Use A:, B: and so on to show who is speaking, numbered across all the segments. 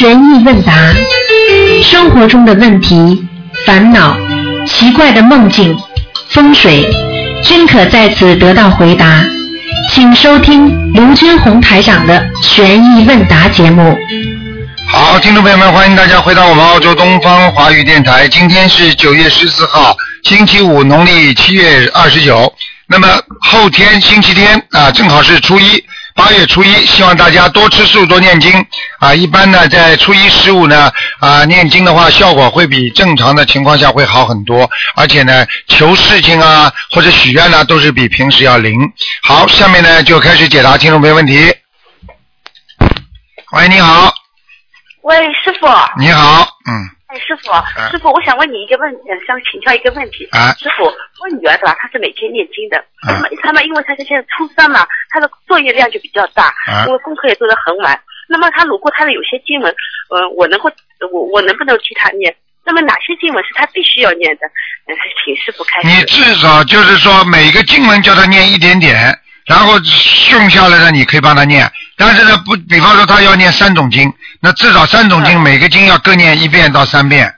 A: 易问答，生活中的问题、烦恼、奇怪的梦境、风水，均可在此得到回答。请收听卢军红台长的《悬疑问答》节目。
B: 好，听众朋友们，欢迎大家回到我们澳洲东方华语电台。今天是九月十四号，星期五，农历七月二十九。那么后天星期天啊，正好是初一，八月初一，希望大家多吃素，多念经啊。一般呢，在初一十五呢啊念经的话，效果会比正常的情况下会好很多，而且呢，求事情啊或者许愿呢、都是比平时要灵。好，下面呢就开始解答听众朋友问题。喂，你好，
C: 喂，师傅。
B: 你好，嗯，
C: 哎，师傅，师傅，我想问你一个问，呃想请教一个问题。
B: 啊
C: 师傅，我女儿对吧？她是每天念经的。
B: 啊
C: 那么她嘛，因为她是现在初三嘛，她的作业量就比较大，
B: 啊
C: 因为功课也做得很晚。那么她如果她的有些经文，呃，我能够，我我能不能替她念？那么哪些经文是她必须要念的？嗯，请师傅开
B: 你
C: 始。
B: 至少就是说每个经文叫他念一点点，然后剩下来的你可以帮他念。但是呢，不，比方说他要念三种经，那至少三种经每个经要各念一遍到三遍。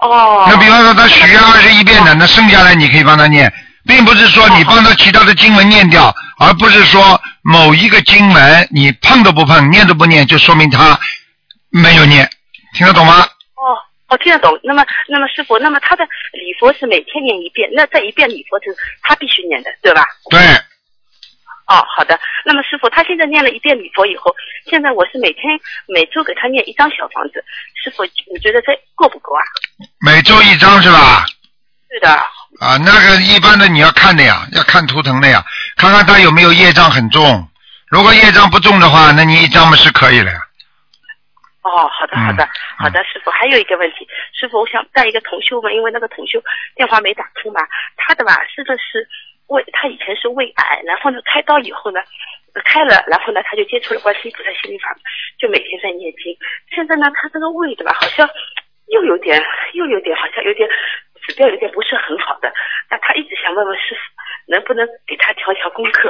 C: 哦。
B: 那比方说他许愿二十一遍的，那剩下来你可以帮他念，并不是说你帮他其他的经文念掉，而不是说某一个经文你碰都不碰，念都不念，就说明他没有念。听得懂吗？
C: 哦，我听得懂。那么，那么师傅，那么她的礼佛是每天念一遍，那这一遍礼佛是她必须念的，对吧？
B: 对，
C: 哦，好的。那么师傅，他现在念了一遍礼佛以后，现在我是每天每周给他念一张小房子。师傅，你觉得这够不够啊？
B: 每周一章是吧？
C: 对的。
B: 啊，那个一般的你要看的呀，要看图腾的呀，看看他有没有业障很重。如果业障不重的话，那你一张嘛是可以了呀。
C: 哦，好的，
B: 嗯
C: 好的，好的，师傅，还有一个问题，师傅，我想带一个同修嘛，因为那个同修电话没打通嘛，他的吧是的是胃，他以前是胃癌，然后呢开刀以后呢呃开了，然后呢他就接触了观世音菩萨心灵法门，就每天在念经。现在呢他这个胃对吧，好像又有点又有点好像有点指标有点不是很好的，那他一直想问问师傅能不能给他调调功课。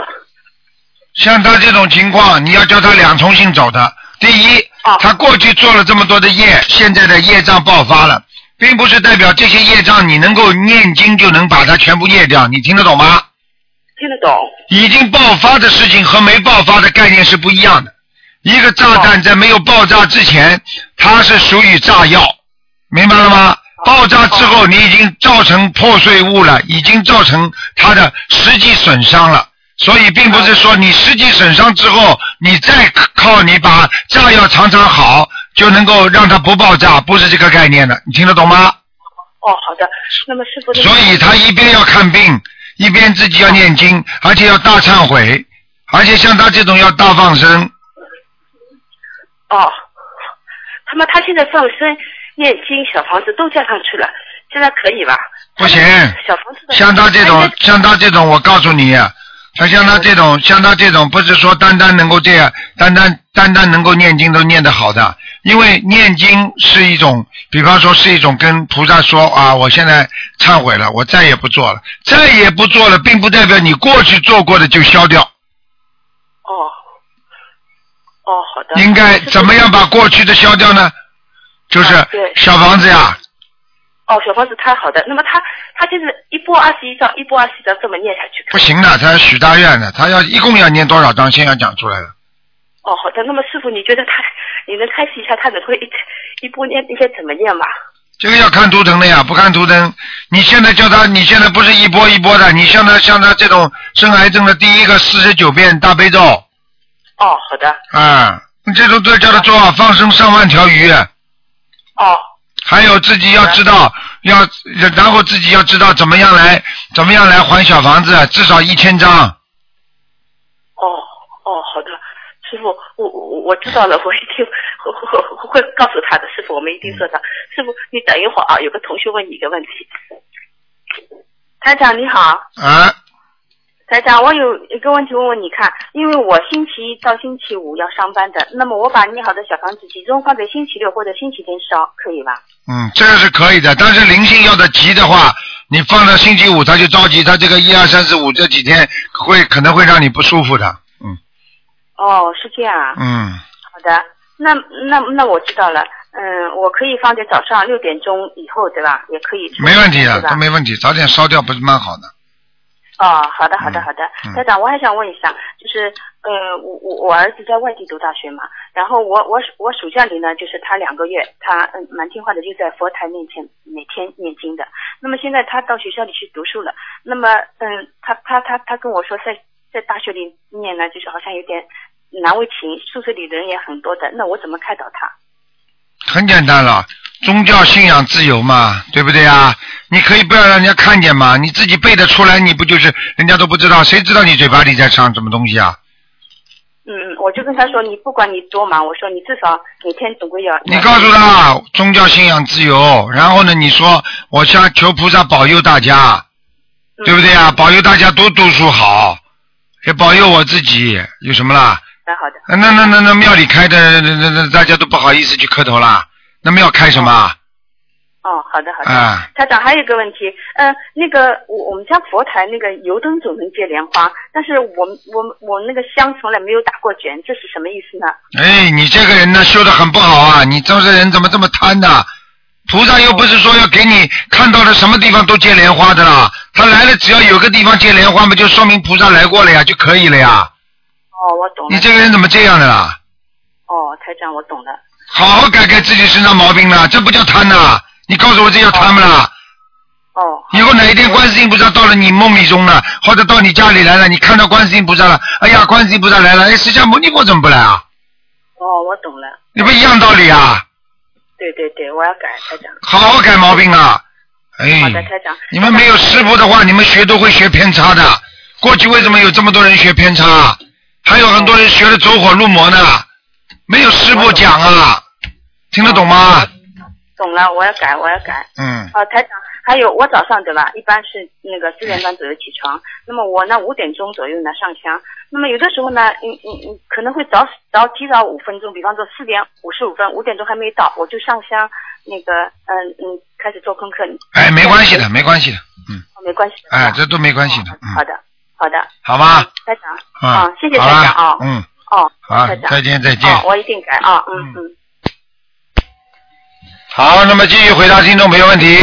B: 像他这种情况，你要叫他两重性走的。第一
C: 哦，
B: 他过去做了这么多的业，现在的业障爆发了，并不是代表这些业障你能够念经就能把它全部业掉。你听得懂吗？
C: 听得懂？
B: 已经爆发的事情和没爆发的概念是不一样的。一个炸弹在没有爆炸之前，它是属于炸药，明白了吗？爆炸之后，你已经造成破碎物了，已经造成它的实际损伤了。所以，并不是说你实际损伤之后，你再靠你把炸药藏藏好，就能够让它不爆炸，不是这个概念的。你听得懂吗？
C: 哦，好的。那么师傅，那个
B: 所以他一边要看病，一边自己要念经，而且要大忏悔，而且像他这种要大放生，
C: 哦，他妈他现在放生、念经、小房子都加上去了，现在可以吧？
B: 不行
C: 小房子的
B: 像他这种，像他这种，我告诉你，他像他这种，像他这种，不是说单单能够这样，单单单单能够念经都念得好的，因为念经是一种，比方说是一种跟菩萨说啊，我现在忏悔了，我再也不做了，再也不做了，并不代表你过去做过的就消掉。
C: 哦，哦，好的。
B: 应该怎么样把过去的消掉呢？就是
C: 啊对
B: 小房子呀，
C: 哦，小房子太好的。那么他他现在一波二十一张，一波二十一张这么念下去。
B: 不行的，他要许大愿的，他要一共要念多少章，先要讲出来的。
C: 哦，好的。那么师傅，你觉得他，你能开示一下他能够一一波念应该怎么念吗？
B: 这个要看图腾的呀，不看图腾，你现在叫他，你现在不是一波一波的，你像他像他这种生癌症的第一个四十九遍大悲咒
C: 哦，好的。
B: 啊，你这种都要叫他做啊，放生上万条鱼，啊
C: 哦，
B: 还有自己要知道要，然后自己要知道怎么样来怎么样来还小房子，啊至少一千张。
C: 哦哦，好的，师傅，我我我知道了，我一定会会会会告诉他的，师傅，我们一定说的。师傅，你等一会儿啊，有个同学问你一个问题。台长你好，
B: 啊，
D: 台长，我有一个问题问问你看，因为我星期一到星期五要上班的，那么我把念好的小房子集中放在星期六或者星期天烧，可以吧？
B: 嗯，这个是可以的，但是灵性要的急的话，你放到星期五他就着急，他这个一二三四五这几天会可能会让你不舒服的。嗯
D: 哦，是这样啊。
B: 嗯，
D: 好的，
C: 那那那我知道了，嗯，我可以放在早上六点钟以后，对吧？也可以处理。
B: 没问题啊，
C: 对吧
B: 都没问题，早点烧掉不是蛮好的？
C: 哦，好的，好的，好的
B: 嗯，
C: 台长，我还想问一下，就是呃，我我我儿子在外地读大学嘛，然后我我暑我暑假里呢，就是他两个月，他嗯蛮听话的，就在佛台面前每天念经的。那么现在他到学校里去读书了，那么嗯，他他他他跟我说在在大学里念呢，就是好像有点难为情，宿舍里人也很多的，那我怎么开导他？
B: 很简单了，宗教信仰自由嘛，对不对啊？你可以不要让人家看见嘛，你自己背得出来，你不就是人家都不知道，谁知道你嘴巴里在唱什么东西啊？
C: 嗯，嗯，我就跟他说，你不管你多忙，我说你至少每天总归要。
B: 你告诉他宗教信仰自由，然后呢，你说我向求菩萨保佑大家，
C: 嗯
B: 对不对啊？保佑大家都读书好，也保佑我自己，有什么啦？
C: 嗯好的。
B: 那那那那庙里开的，那那那大家都不好意思去磕头啦。那庙开什么啊？
C: 哦，好的好的。
B: 啊
C: 台长，还有一个问题，呃，那个我我们家佛台那个油灯总能结莲花，但是我们我们我那个香从来没有打过卷，这是什么意思呢？
B: 哎，你这个人呢，修的很不好啊！你这个人怎么这么贪呢、菩萨又不是说要给你看到的什么地方都结莲花的啦，他来了只要有个地方结莲花嘛，就说明菩萨来过了呀，就可以了呀。
C: 哦，我懂了
B: 你。这个人怎么这样的啦？
C: 哦，台长，我懂了。
B: 好好改改自己身上毛病啦，这不叫贪呐、你告诉我这叫贪不啦？
C: 哦，
B: 以后哪一天观世音菩萨到了你梦里中了，或者到你家里来了，你看到观世音菩萨了，哎呀，观世音菩萨来了，哎，释迦牟尼佛怎么不来啊？
C: 哦，我懂了。
B: 你不一样道理啊？
C: 对对对，我要改，台长。
B: 好好改毛病啊！哎，
C: 好的，台长。
B: 你们没有师傅的话，你们学都会学偏差的。过去为什么有这么多人学偏差？还有很多人学了走火入魔呢？没有师傅讲啊，听得懂吗？
C: 懂了，我要改，我要改。
B: 嗯，
C: 哦，台长，还有我早上对吧？一般是那个四
B: 嗯
C: 点半左右起床，那么我呢五点钟左右呢上香，那么有的时候呢，嗯嗯嗯，可能会早早提早五分钟，比方说四点五十五分，五点钟还没到，我就上香，那个嗯嗯开始做功课，
B: 哎，没关系的，没关系的，
C: 没关系的。
B: 哎
C: 是，吧
B: 这都没关系的
C: 哦，好
B: 嗯，
C: 的，好的，
B: 好吧，
C: 台长，
B: 啊
C: 哦，谢谢
B: 好
C: 台
B: 啦
C: 长啊，
B: 嗯，
C: 哦，
B: 好
C: 台，长，
B: 再见，再见
C: 哦，，我一定改啊，嗯
B: 嗯
C: 嗯。
B: 好，那么继续回答听众朋友问题。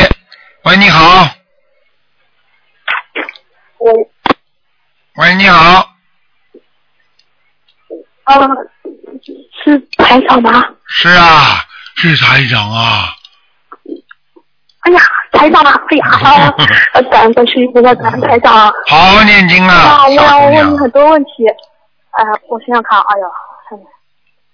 B: 喂，你好，
E: 我
B: 喂，你好，
E: 啊，是台长吗？
B: 是啊，是台长啊，
E: 哎呀，台长啊！哎呀，啊，呃感恩观世音菩萨，感恩台长啊！
B: 好好念经
E: 啊，
B: 啊，小
E: 我要
B: 姑
E: 问你
B: 娘
E: 很，多问题。哎、呀，我想想看，哎呦，哎呀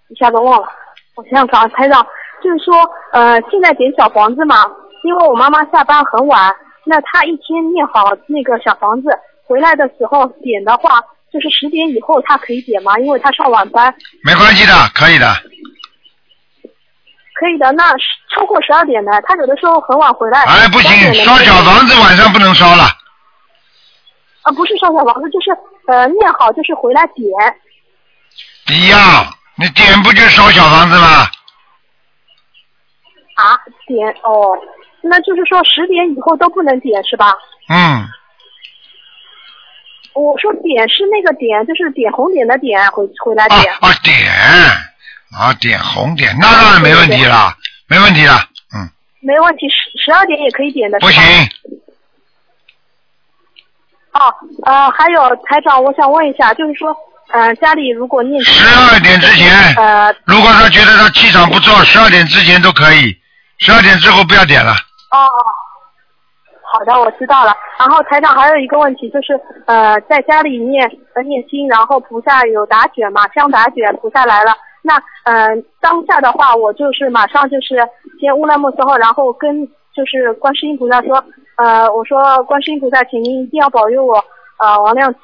E: 一下子忘了。我想想看，啊，台长，就是说，呃，现在点小房子嘛，因为我妈妈下班很晚，那她一天念好那个小房子，回来的时候点的话，就是十点以后她可以点吗？因为她上晚班。
B: 没关系的，可以的。
E: 可以的，那是超过十二点呢？她有的时候很晚回来。
B: 哎，不
E: 12
B: 行，
E: 点
B: 烧
E: 的时候
B: 小房子晚上不能烧了，
E: 啊，不是烧小房子，就是呃念好，就是回来点。
B: 一样，你点不就烧小房子吗？
E: 啊，点哦，那就是说十点以后都不能点是吧？
B: 嗯，
E: 我说点是那个点，就是点红点的点，回回来
B: 啊
E: 点。
B: 啊点，啊点红点，那当然没问题了，没问题了，嗯，
E: 没问题，十十二点也可以点的是
B: 不
E: 吧。
B: 行，
E: 哦，呃，还有台长，我想问一下，就是说，呃，家里如果念经
B: 十二点之前，
E: 呃，
B: 如果他觉得他气场不错，十二点之前都可以，十二点之后不要点了。
E: 哦，好的，我知道了。然后台长还有一个问题，就是呃，在家里念呃念经，然后菩萨有打卷嘛，香打卷，菩萨来了。那呃，当下的话，我就是马上就是先乌拉木之后，然后跟就是观世音菩萨说，呃，我说观世音菩萨，请您一定要保佑我，呃，王亮琪，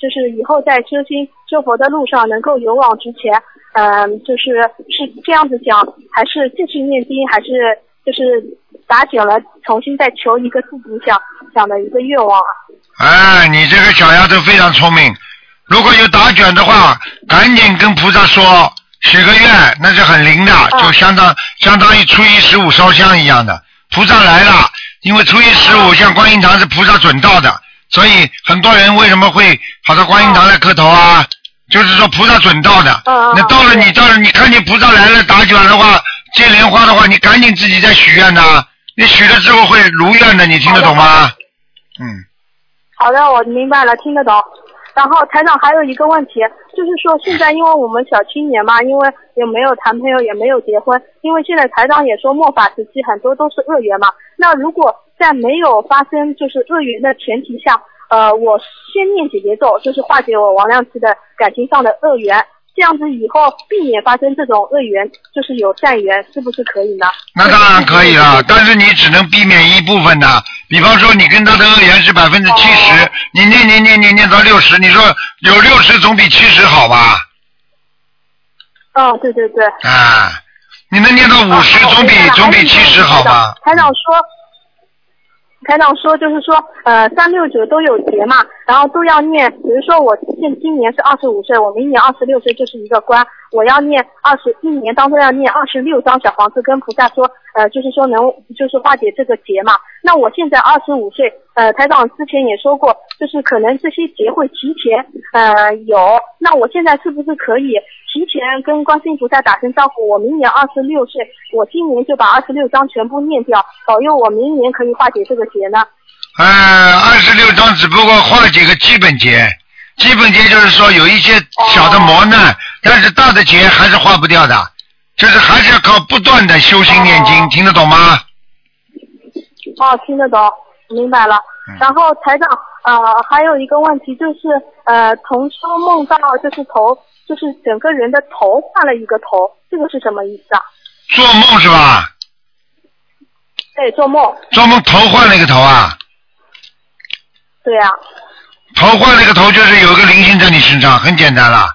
E: 就是以后在修心修佛的路上能够勇往直前。嗯、就是是这样子讲，还是继续念经，还是就是打久了重新再求一个自己想想的一个愿望啊？
B: 哎，你这个小丫头非常聪明。如果有打卷的话，赶紧跟菩萨说许个愿，那是很灵的，
E: 嗯
B: 就相当相当于初一十五烧香一样的。菩萨来了，因为初一十
E: 嗯
B: 五像观音堂是菩萨准到的，所以很多人为什么会跑到观音堂来磕头啊？就是说菩萨准到的。
E: 嗯嗯嗯
B: 那到了你到了，你看见菩萨来了打卷的话，接莲花的话，你赶紧自己再许愿呐、你许了之后会如愿的，你听得懂吗？嗯，
E: 好的，我明白了，听得懂。然后台长还有一个问题，就是说现在因为我们小青年嘛，因为也没有谈朋友，也没有结婚，因为现在台长也说末法时期很多都是恶缘嘛。那如果在没有发生就是恶缘的前提下，呃，我先念姐姐咒，就是化解我王亮琪的感情上的恶缘，这样子以后避免发生这种恶缘，就是有善缘，是不是可以呢？
B: 那当然可以了，但是你只能避免一部分的。比方说，你跟他的恶缘是百分之七十
E: 哦，
B: 你念念念念念到六十，你说有六十总比七十好吧？
E: 嗯，对对对。
B: 啊，你能念到五十
E: 哦
B: 总比
E: 我明白了
B: 总
E: 还
B: 比
E: 有一个
B: 七十好吧？
E: 台长说，台长说就是说，呃，三六九都有节嘛，然后都要念。比如说我现今年是二十五岁，我明年二十六岁就是一个关，我要念二十一年当中要念二十六张小房子，跟菩萨说，呃，就是说能就是化解这个结嘛。那我现在二十五岁，呃，台长之前也说过，就是可能这些结会提前，呃，有。那我现在是不是可以提前跟观世音菩萨打声招呼？我明年二十六岁，我今年就把二十六章全部念掉，保佑我明年可以化解这个结呢？
B: 呃，二十六章只不过化解个基本结，基本结就是说有一些
E: 哦
B: 小的磨难，但是大的结还是化不掉的，就是还是要靠不断的修心念经，
E: 哦
B: 听得懂吗？
E: 哦，听得懂，明白了
B: 嗯。
E: 然后台长，呃，还有一个问题就是，呃，同修梦到就是头，就是整个人的头换了一个头，这个是什么意思啊？
B: 做梦是吧？
E: 对，做梦，
B: 做梦头换了一个头啊，
E: 对啊，
B: 头换了一个头就是有一个灵性在你身上，很简单了。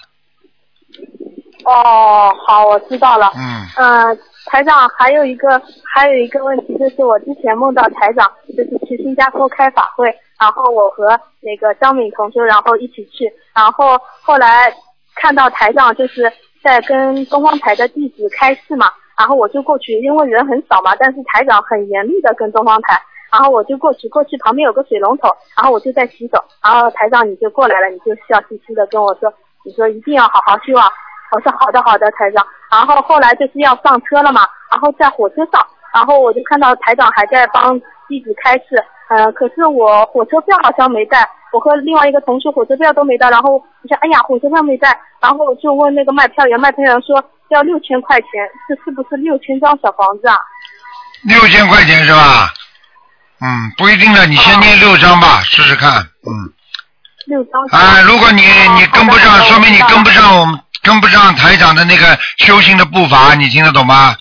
E: 哦，好，我知道了。
B: 嗯，
E: 呃，台长还有一个还有一个问题，就是我之前梦到台长就是去新加坡开法会，然后我和那个张敏同修然后一起去，然后后来看到台长就是在跟东方台的弟子开示嘛，然后我就过去，因为人很少嘛，但是台长很严厉的跟东方台。然后我就过去，过去旁边有个水龙头，然后我就在洗手，然后台长你就过来了，你就笑嘻嘻的跟我说，你说一定要好好修啊，我说好的好的，台长。然后后来就是要上车了嘛，然后在火车上，然后我就看到台长还在帮弟子开示，呃，可是我火车票好像没带，我和另外一个同事火车票都没带，然后我想哎呀火车票没带，然后我就问那个卖票员，卖票员说要六千块钱，这是不是六千张小房子啊？
B: 六千块钱是吧？嗯，不一定的，你先念六章吧，试试看。嗯。
E: 哦六张小房
B: 啊，
E: 子
B: 如果你你跟不
E: 好
B: 上，
E: 的
B: 说明你跟不上我们跟不上台长的那个修行的步伐，你听得懂吗？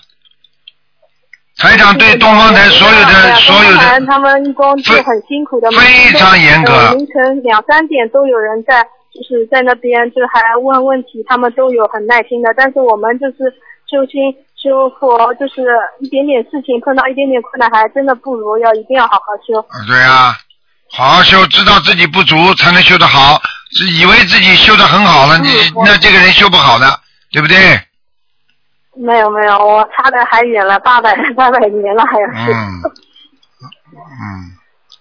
B: 台长对东方台所有
E: 对
B: 的
E: 啊
B: 所有
E: 东方台
B: 的，
E: 他们一工是很辛苦的嘛，
B: 非非常严格
E: 呃凌晨两三点都有人在，就是在那边就还问问题，他们都有很耐心的。但是我们就是修心修佛，就是一点点事情碰到一点点困难，还真的不如要一定要好好修。
B: 对啊，好好修，知道自己不足才能修得好。是以为自己修得很好了，你
E: 我
B: 那这个人修不好的，对不对？
E: 没有没有，我差的还远了，八百八百年了还要
B: 嗯
E: 是。
B: 嗯，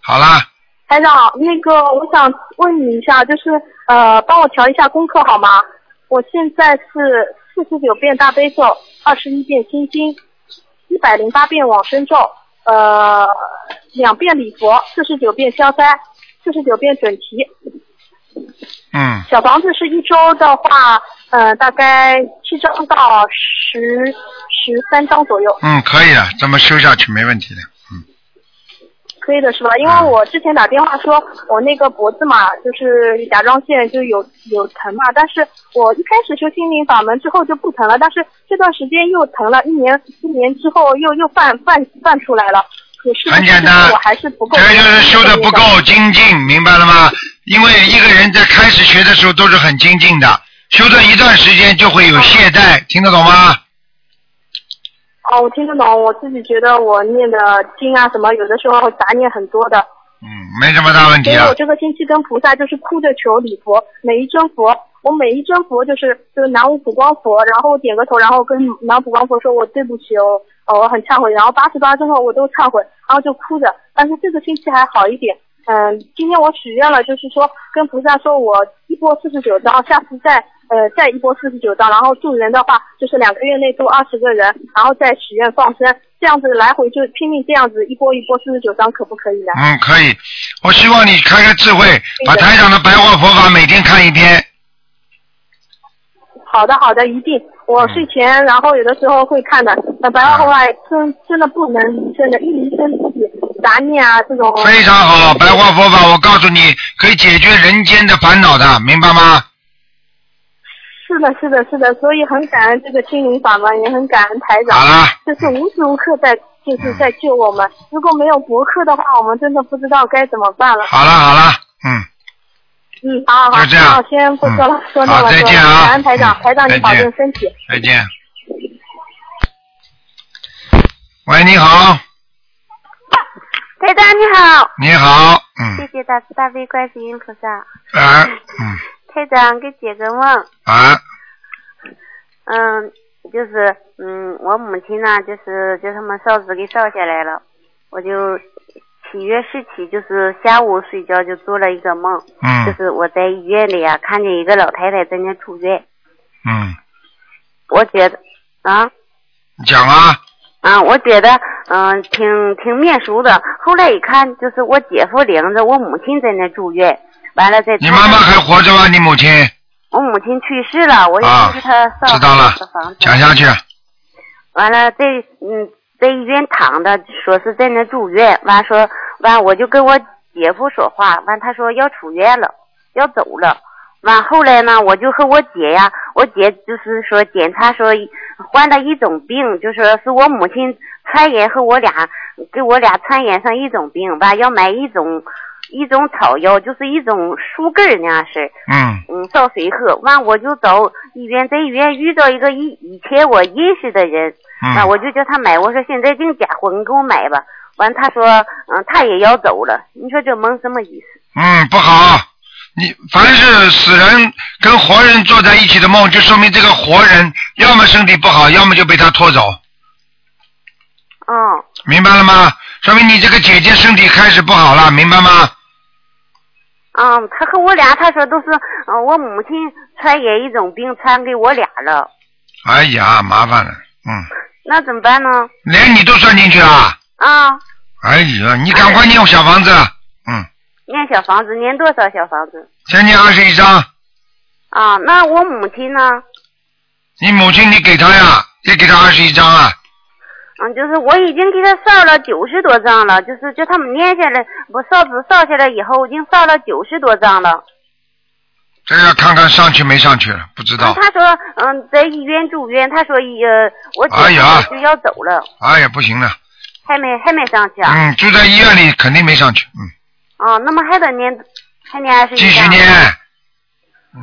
B: 好啦，
E: 台长，那个我想问你一下，就是呃，帮我调一下功课好吗？我现在是四十九遍大悲咒，二十一遍心经，一百零八遍往生咒，呃，两遍礼佛，四十九遍消灾，四十九遍准提。
B: 嗯，
E: 小房子是一周的话，呃，大概七张到十十三张左右。
B: 嗯，可以了，这么修下去没问题的。
E: 可以的是吧？因
B: 嗯
E: 为我之前打电话说我那个脖子嘛，就是甲状腺就有有疼嘛，但是我一开始修心灵法门之后就不疼了，但是这段时间又疼了，一年一年之后又又犯犯犯出来了，可是
B: 很简单
E: 我还是不够，
B: 这就是修的不够精进，明白了吗？因为一个人在开始学的时候都是很精进的，修这一段时间就会有懈怠，听得懂吗？
E: 哦，我听得懂，我自己觉得我念的经啊什么，有的时候杂念很多的，
B: 嗯，没什么大问
E: 所
B: 题
E: 以
B: 啊
E: 我。这个星期跟菩萨就是哭着求礼佛，每一尊佛，我每一尊佛就是就是南无普光佛，然后点个头，然后跟南无普光佛说我对不起哦，哦我很忏悔，然后八十八之后我都忏悔，然后就哭着。但是这个星期还好一点，嗯、今天我许愿了，就是说跟菩萨说我一波四十九章，下次再呃再一波四十九章，然后助人的话就是两个月内度二十个人，然后再许愿放生，这样子来回就拼命这样子一波一波四十九章，可不可以呢？
B: 嗯，可以。我希望你开开智慧，把台长的白话佛法每天看一篇。
E: 好的，好的，一定。
B: 嗯
E: 我睡前，然后有的时候会看的。那白话后来真真的不能离身的，一离身自己杂念啊这种。
B: 非常好，白话佛法，我告诉你，可以解决人间的烦恼的，明白吗？
E: 是的，是的，是的，所以很感恩这个心灵法门，也很感恩台长
B: 好，了，嗯
E: 就是无时无刻在就是在救我们。如果没有博客的话，我们真的不知道该怎么办了。
B: 好了，好了，嗯，
E: 嗯，好好好，
B: 就这样
E: 那我先不说了，
B: 嗯
E: 说那
B: 好
E: 么
B: 再
E: 多，
B: 见啊
E: 感恩台长
B: 嗯，
E: 台长你保
B: 再见
E: 重身体。
B: 再见。喂，你好，
F: 台长你好，
B: 你好，
F: 谢
B: 嗯，
F: 谢大慈大悲观世音菩萨。
B: 啊，嗯，
F: 台长给解个梦，
B: 啊，
F: 嗯，就是嗯，我母亲呢，就是就他们烧纸给烧下来了，我就七月十七，就是下午睡觉就做了一个梦，就
B: 嗯，
F: 是我在医院里啊，看见一个老太太在那住院，
B: 嗯，
F: 我觉得啊。
B: 你讲啊，
F: 啊，我觉得嗯、挺挺面熟的。后来一看，就是我姐夫领着我母亲在那住院，完了在
B: 你妈妈还活着吗？你母亲？
F: 我母亲去世了，我
B: 啊
F: 也去她烧
B: 知道了
F: 的房子。
B: 讲下去，
F: 完了，在嗯在医院躺着，说是在那住院。完说完，我就跟我姐夫说话，完他说要出院了，要走了。完后来呢，我就和我姐呀，我姐就是说检查说患了一种病，就说是我母亲传染和我俩给我俩传染上一种病，完要买一种一种草药，就是一种树根儿那样式儿。
B: 嗯，
F: 嗯，烧水喝，完我就找医院，在医院遇到一个以以前我认识的人，啊，
B: 嗯，
F: 我就叫他买，我说现在净家伙，你给我买吧。完他说，嗯，他也要走了。你说这梦什么意思？
B: 嗯，不好。你凡是死人跟活人坐在一起的梦，就说明这个活人要么身体不好，要么就被他拖走，
F: 哦，
B: 明白了吗？说明你这个姐姐身体开始不好了，明白吗？
F: 嗯，他和我俩，他说都是，嗯，我母亲传染一种病传给我俩了，
B: 哎呀，麻烦了，嗯，
F: 那怎么办呢？
B: 连你都算进去啊？
F: 啊，
B: 哎呀，你赶快念小房子，嗯，
F: 念小房子，念多少小房子？
B: 先念二十一章。
F: 啊，那我母亲呢？
B: 你母亲你给她呀，也给她二十一章啊，
F: 嗯，就是我已经给他烧了九十多张了，就是叫他们念下来，不烧纸烧下来以后，已经烧了九十多张了。
B: 这要看看上去没上去了，不知
F: 嗯
B: 道。
F: 他说，嗯，在医院住院，他说，呃，我
B: 哎呀
F: 姐夫就要走了，
B: 哎呀，不行了，
F: 还没还没上去啊？
B: 嗯，住在医院里肯定没上去，嗯。
F: 哦，那么还得念，还念二十一
B: 继续
F: 章
B: 念。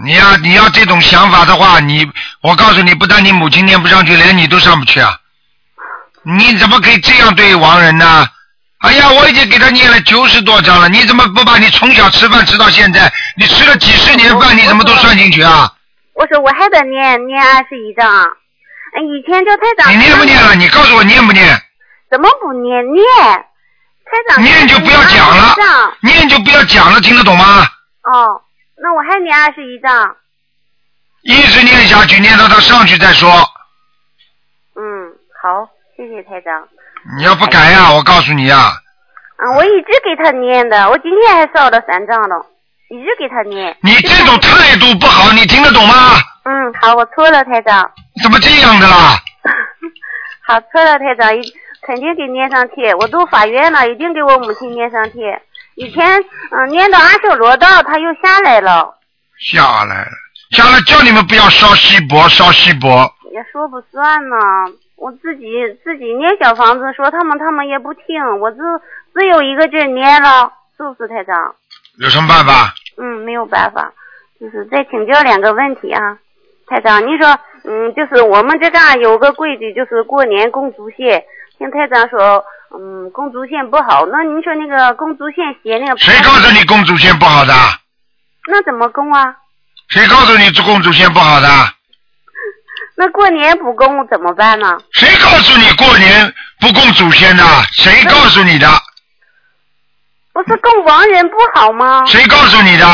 B: 你要你要这种想法的话，你我告诉你，不但你母亲念不上去，连你都上不去啊！你怎么可以这样对亡人呢？哎呀，我已经给他念了九十多章了，你怎么不把你从小吃饭吃到现在，你吃了几十年饭，你怎么都算进去啊？
F: 我说我还得念念二十一章。嗯，以前叫台长，
B: 你念不念了？你告诉我念不念？
F: 怎么不念念？台长
B: 念就不要讲了
F: 21章
B: 念就不要讲了，听得懂吗？
F: 哦，那我还念二十一章。
B: 一直念下去，念到他上去再说。
F: 嗯，好，谢谢台长。
B: 你要不改呀、我告诉你啊呀、
F: 嗯，我一直给他念的，我今天还烧了三张了，一直给他念。
B: 你这种态度不好，你听得懂吗？
F: 嗯，好，我错了，台长。
B: 怎么这样的啦？
F: 好，错了，台长，一肯定给念上去。我都法院了，一定给我母亲念上去。以前嗯念到阿修罗道，他又下来了，
B: 下来了，下来叫你们不要烧锡箔，烧锡箔。
F: 也说不算呢。我自己自己念小房子，说他们他们也不听，我就只有一个劲儿念了，是不是台长？
B: 有什么办法？
F: 嗯，没有办法，就是再请教两个问题啊，台长，你说，嗯，就是我们这嘎有个规矩，就是过年供竹线，听台长说，嗯，供竹线不好，那您说那个供竹线写那个，
B: 谁告诉你公主线不好的？
F: 那怎么供啊？
B: 谁告诉你这公主线不好的？
F: 那过年不供怎么办呢？
B: 谁告诉你过年不供祖先的？谁告诉你的？
F: 不是供亡人不好吗？
B: 谁告诉你的？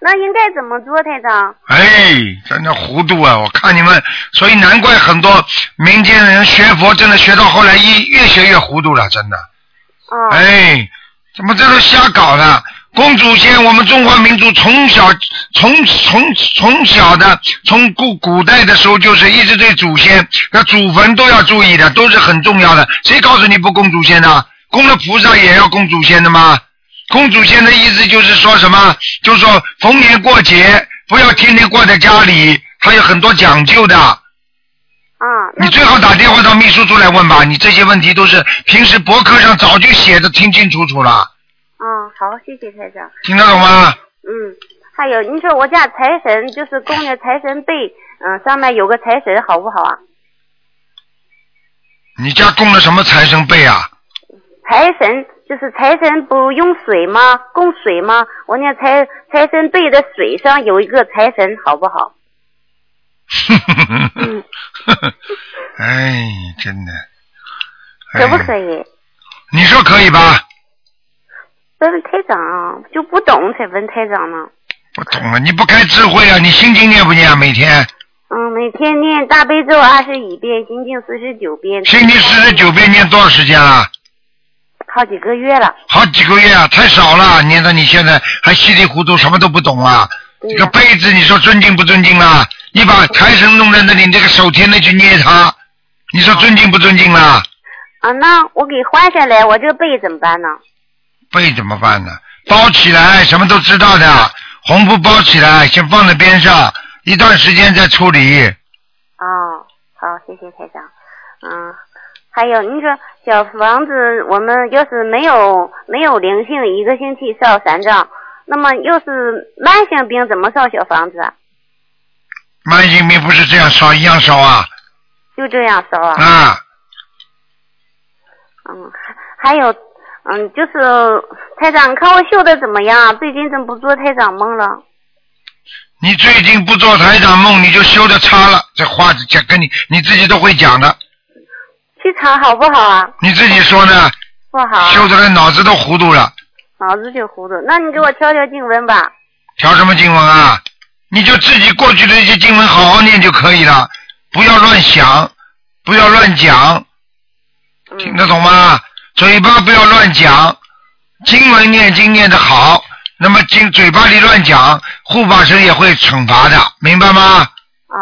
F: 那应该怎么做，台长？
B: 哎，真的糊涂啊！我看你们，所以难怪很多民间人学佛，真的学到后来一越学越糊涂了，真的。
F: 啊、
B: 哎，怎么这都瞎搞的？公祖先，我们中华民族从小从从从小的，从古古代的时候就是一直对祖先、那祖坟都要注意的，都是很重要的。谁告诉你不供祖先的？供了菩萨也要供祖先的吗？供祖先的意思就是说什么？就是说逢年过节不要天天挂在家里，它有很多讲究的。
F: 啊，那
B: 你最好打电话到秘书处来问吧，你这些问题都是平时博客上早就写的清清楚楚了，
F: 嗯，好，谢谢台长。
B: 听得懂吗？
F: 嗯，还有你说我家财神就是供的财神碑，嗯，上面有个财神，好不好啊？
B: 你家供了什么财神碑啊？
F: 财神就是财神不用水吗？供水吗？我那财财神背的水上有一个财神，好不好？嗯
B: 哎，真的。
F: 可不可
B: 以？
F: 以？
B: 你说可以吧？
F: 问问台长啊，就不懂才问台长呢。
B: 我懂了，你不开智慧啊？你心经念不念啊？每天
F: 嗯，每天念大悲咒二十一遍，心经四十九遍，
B: 心经四十九遍念多少时间了？
F: 好几个月了。
B: 好几个月啊，太少了。念到你现在还稀里糊涂，什么都不懂啊。
F: 对
B: 这
F: 呀、
B: 个杯子，你说尊敬不尊敬啦？你把财神弄在那里，你这个手天天去捏它，你说尊敬不尊敬啦？
F: 啊，那我给换下来，我这个背怎么办呢？
B: 背怎么办呢？包起来，什么都知道的，红布包起来，先放在边上，一段时间再处理。
F: 哦，好，谢谢台长。嗯，还有您说小房子，我们要是没有没有灵性，一个星期烧三张，那么要是慢性病怎么烧小房子啊？
B: 慢性病不是这样烧，一样烧啊
F: 就这样烧啊？
B: 啊！
F: 嗯，还有，嗯，就是台长，你看我绣的怎么样啊？最近怎么不做台长梦了？
B: 你最近不做台长梦，你就修的差了。这话讲跟你你自己都会讲的，
F: 气场好不好啊？
B: 你自己说呢？
F: 不好啊，
B: 修的人脑子都糊涂了。
F: 脑子就糊涂。那你给我调调经文吧。
B: 调什么经文啊？你就自己过去的一些经文好好念就可以了，不要乱想，不要乱讲，
F: 嗯
B: 听得懂吗？嘴巴不要乱讲，经文念经念得好，那么经嘴巴里乱讲，护法神也会惩罚的，明白吗？
F: 啊。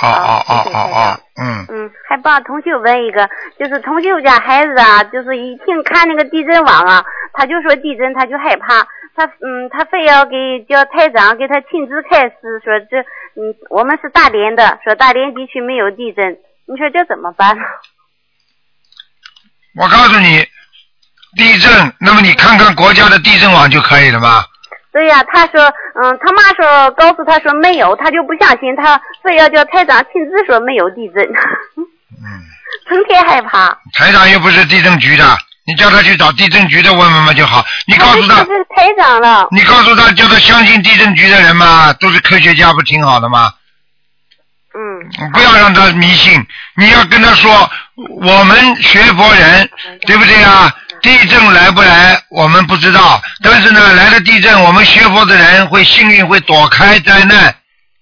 B: 哦哦哦
F: 谢谢
B: 哦哦，嗯，
F: 嗯，还帮同学问一个，就是同学家孩子啊，就是一听看那个地震网啊，他就说地震，他就害怕，他嗯，他非要给叫台长给他亲自开示，说这嗯，我们是大连的，说大连地区没有地震，你说这怎么办呢？
B: 我告诉你，地震，那么你看看国家的地震网就可以了吗？
F: 对呀、他说嗯，他妈说告诉他说没有，他就不相信，他非要叫台长亲自说没有地震，
B: 嗯，
F: 成天害怕。
B: 台长又不是地震局的，你叫他去找地震局的问问嘛就好。你告诉他
F: 这，是台长了。
B: 你告诉他，叫他相信地震局的人嘛，都是科学家，不挺好的吗？
F: 嗯
B: 你不要让他迷信，你要跟他说，我们学佛人，对不对啊？地震来不来我们不知道，但是呢，来了地震，我们学佛的人会幸运，会躲开灾难。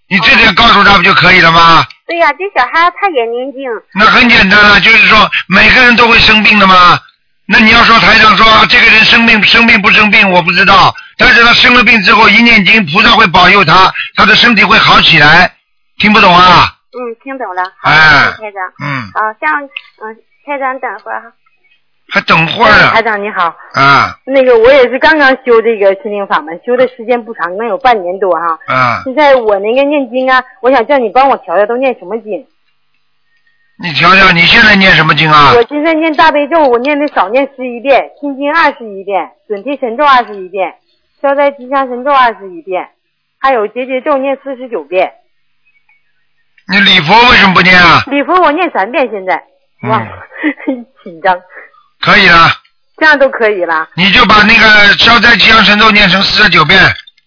B: 你这点告诉他不就可以了吗？
F: 对呀、这小孩他也年轻。
B: 那很简单了，就是说每个人都会生病的嘛。那你要说台长说啊这个人生病生病不生病我不知道，但是他生了病之后一念经，菩萨会保佑他，他的身体会好起来。听不懂啊？
F: 嗯，听懂了。好，
B: 哎
F: 谢谢台长。
B: 嗯，
F: 好，像嗯，台长等会儿哈。
B: 还等会儿
G: 哎台
B: 呢
G: 长你好，
B: 啊
G: 那个我也是刚刚修这个心灵法门，修的时间不长，能有半年多哈。
B: 啊！
G: 现在我那个念经啊，我想叫你帮我调调，都念什么经？啊
B: 你瞧瞧，你现在念什么经啊？
G: 我现在念大悲咒，我念的少念十一遍，心经二十一遍，准提神咒二十一遍，消灾吉祥神咒二十一遍，还有结节咒念四十九遍，
B: 你礼佛为什么不念啊？嗯
G: 礼佛我念三遍，现在 忘了，紧张，
B: 可以了，
G: 这样都可以了。
B: 你就把那个消灾吉祥神咒念成四十九遍，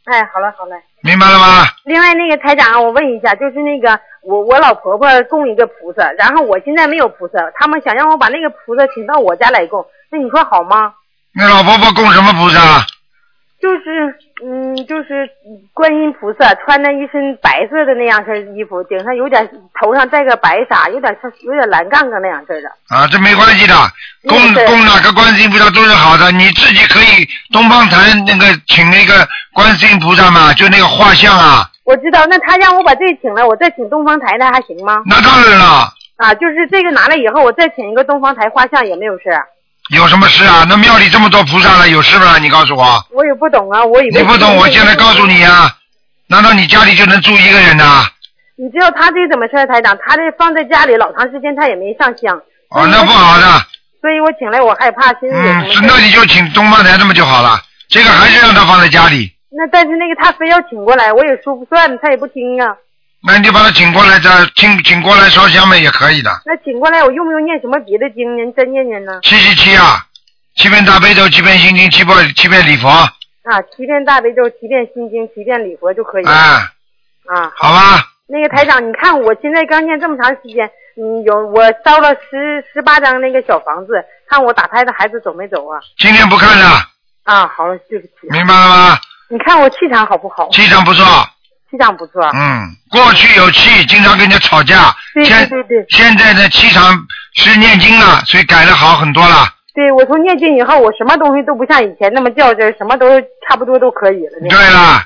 G: 哎，好了好了。
B: 明白了吗？
G: 另外，那个台长，啊我问一下，就是那个我我老婆婆供一个菩萨，然后我现在没有菩萨，他们想让我把那个菩萨请到我家来供，那你说好吗？
B: 那老婆婆供什么菩萨？啊
G: 就是嗯，就是观音菩萨穿着一身白色的那样式儿衣服，顶上有点头上戴个白纱，有点像有点蓝杠杠那样式儿的。
B: 啊，这没关系的，供
G: 嗯对
B: 供哪个观世音菩萨都是好的，你自己可以东方台那个请那个观世音菩萨嘛，就那个画像啊，
G: 我知道，那他让我把这个请来，我再请东方台的还行吗？
B: 那当然了，
G: 啊，就是这个拿来以后，我再请一个东方台画像也没有事儿。
B: 有什么事啊？那庙里这么多菩萨了，有事不啦？你告诉我，
G: 我也不懂啊，我以为
B: 你不懂，我现在告诉你呀、难道你家里就能住一个人呐、
G: 你知道他这怎么事儿，台长？他这放在家里老长时间，他也没上香，
B: 哦，那不好的，
G: 所以我请来我害怕，心里有
B: 嗯，
G: 什
B: 是
G: 么事
B: 那
G: 儿。
B: 你就请东方台这么就好了，这个还是让他放在家里，
G: 那但是那个他非要请过来，我也说不算，他也不听啊。
B: 那你就把他请过来，再请请过来烧香嘛也可以的。
G: 那请过来，我用不用念什么别的经呢？再念念呢？
B: 七七七啊，七遍大悲咒，七遍心经，七遍七遍礼佛，
G: 啊，七遍大悲咒，七遍心经，七遍礼佛就可以了。
B: 啊，
G: 啊，
B: 好吧，
G: 那个台长，你看我现在刚念这么长时间，嗯，有我烧了十十八张那个小房子，看我打胎的孩子走没走啊？
B: 今天不看了，
G: 啊，好了，对不起，
B: 明白了吗？
G: 你看我气场好不好？啊
B: 气场不错，
G: 气场不错。啊
B: 嗯，过去有气，经常跟人家吵架，
G: 对对
B: 现
G: 对对，
B: 现在的气场是念经了，所以改的好很多了。
G: 对我从念经以后，我什么东西都不像以前那么较真儿，什么都差不多都可以了。那
B: 对了。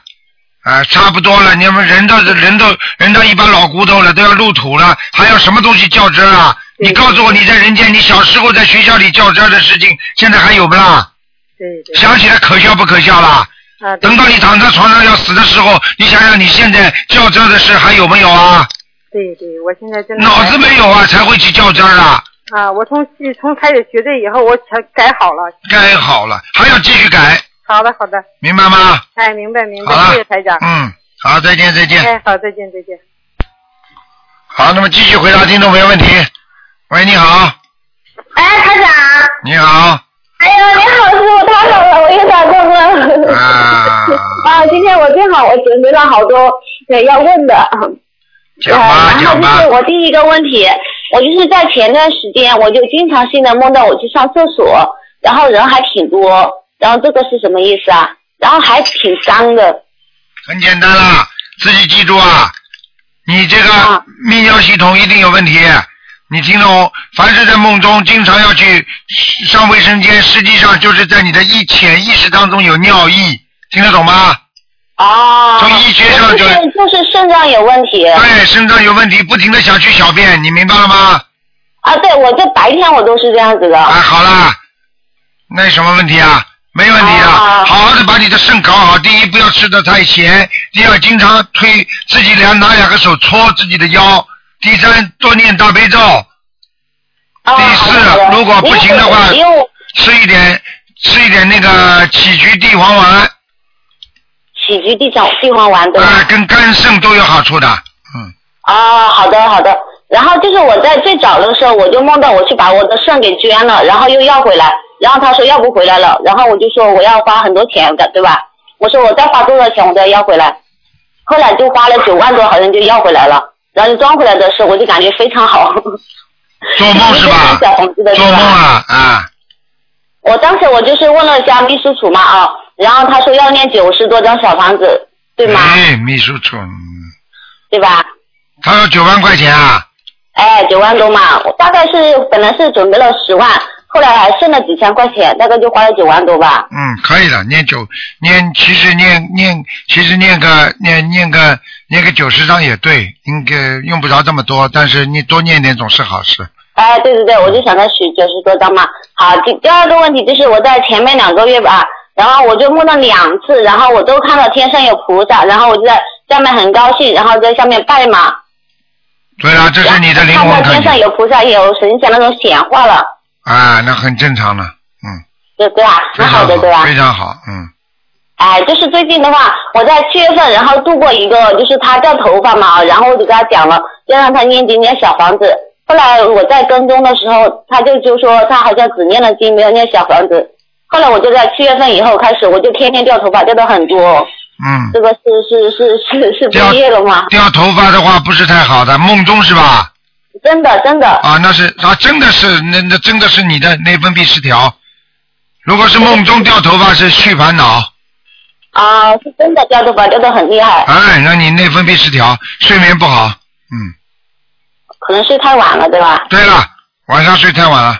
B: 啊，差不多了，你们人都人都人都一般老骨头了，都要入土了，还有什么东西较真儿啊？
G: 对
B: 你告诉我，你在人间，你小时候在学校里较真儿的事情，现在还有不啦？
G: 对对
B: 想起来可笑不可笑啦？
G: 啊，对
B: 等到你躺在床上要死的时候，你想想你现在较真儿的事还有没有啊？
G: 对对，我现在真的
B: 脑子没有啊，才会去较真儿啊。
G: 啊，我从从开始学这以后，我才改好了。
B: 该好了，还要继续改，
G: 好的好的，
B: 明白吗？
G: 哎，明白明
B: 好了
G: 白，谢谢台长。
B: 嗯，好，再见，再见。
G: 哎，好，再见再见。
B: 好，那么继续回答听众朋友问题。喂，你好，
H: 哎，台长，
B: 你好，
H: 哎呀，你好，师傅，太好了，我又打通了。
B: 啊
H: 啊，今天我正好我准备了好多呃要问的。
B: 讲
H: 呃
B: 吧，
H: 然后
B: 讲
H: 就
B: 吧
H: 是，我第一个问题，我就是在前段时间，我就经常性的梦到我去上厕所，然后人还挺多，然后这个是什么意思啊？然后还挺脏的。
B: 很简单啦，自己记住啊，你这个
H: 啊
B: 泌尿系统一定有问题。你听懂？凡是在梦中经常要去上卫生间，实际上就是在你的一潜意识当中有尿意，听得懂吗？
H: 哦
B: 从医学上就
H: 就是就是肾脏有问题。
B: 对，肾脏有问题，不停的想去小便，你明白了吗？
H: 啊，对，我这白天我都是这样子的。
B: 啊，好啦，那有什么问题啊？没问题的，
H: 啊
B: 好好的把你的肾搞好。第一，不要吃的太咸；第二，经常推自己两拿两个手搓自己的腰；第三，多念大悲咒，
H: 啊
B: 第四
H: 好的好
B: 如果不行的话
H: 因为我因为我
B: 吃一点吃一点那个杞菊地黄丸，啊、
H: 起居地上地方玩对吧？
B: 跟肝肾都有好处的。嗯，
H: 啊，好的好的。然后就是我在最早的时候，我就梦到我去把我的肾给捐了，然后又要回来，然后他说要不回来了，然后我就说我要花很多钱的，对吧？我说我再花多少钱我都要要回来，后来就花了九万多，好像就要回来了。然后就装回来的时候，我就感觉非常好。？
B: 做梦是吧
H: 小红子的是吧
B: 做梦啊啊！
H: 我当时我就是问了一下秘书处嘛啊，然后他说要念九十多张小房子，对吗？
B: 哎，秘书处，嗯
H: 对吧？
B: 他要九万块钱啊，
H: 哎，九万多嘛，我大概是本来是准备了十万，后来还剩了几千块钱，大概就花了九万多吧。
B: 嗯，可以的，念九念，其实念念，其实念个念念个念个九十章也对，应该用不着这么多，但是你多念点总是好事。
H: 哎，对对对，我就想着许九十多张嘛。好，第第二个问题就是我在前面两个月吧，然后我就梦到两次，然后我都看到天上有菩萨，然后我就在下面很高兴，然后在下面拜嘛。
B: 对
H: 嗯
B: 了，这是你的灵
H: 然后
B: 魂
H: 看到
B: 可
H: 天上
B: 以
H: 有菩萨，也有神仙那种显化了，
B: 啊，那很正常了，嗯，
H: 对对吧？
B: 非
H: 蛮
B: 常
H: 好的，对吧？
B: 非常好，嗯，
H: 哎，就是最近的话，我在七月份，然后度过一个，就是他掉头发嘛，然后我就跟他讲了，要让他念几念小房子。后来我在跟踪的时候，他就就说他好像只念了经，没有念小房子。后来我就在七月份以后开始，我就天天掉头发，掉的很多。
B: 嗯，
H: 这个是是是是是
B: 掉
H: 毕业了吗？
B: 掉头发的话不是太好的，梦中是吧？
H: 真的真的
B: 啊，那是啊，真的是那那真的是你的内分泌失调，如果是梦中掉头发，是续烦恼，
H: 啊，是真的掉头发掉的很厉害，
B: 哎，让你内分泌失调，睡眠不好。嗯，
H: 可能睡太晚了，对吧？
B: 对了，晚上睡太晚了。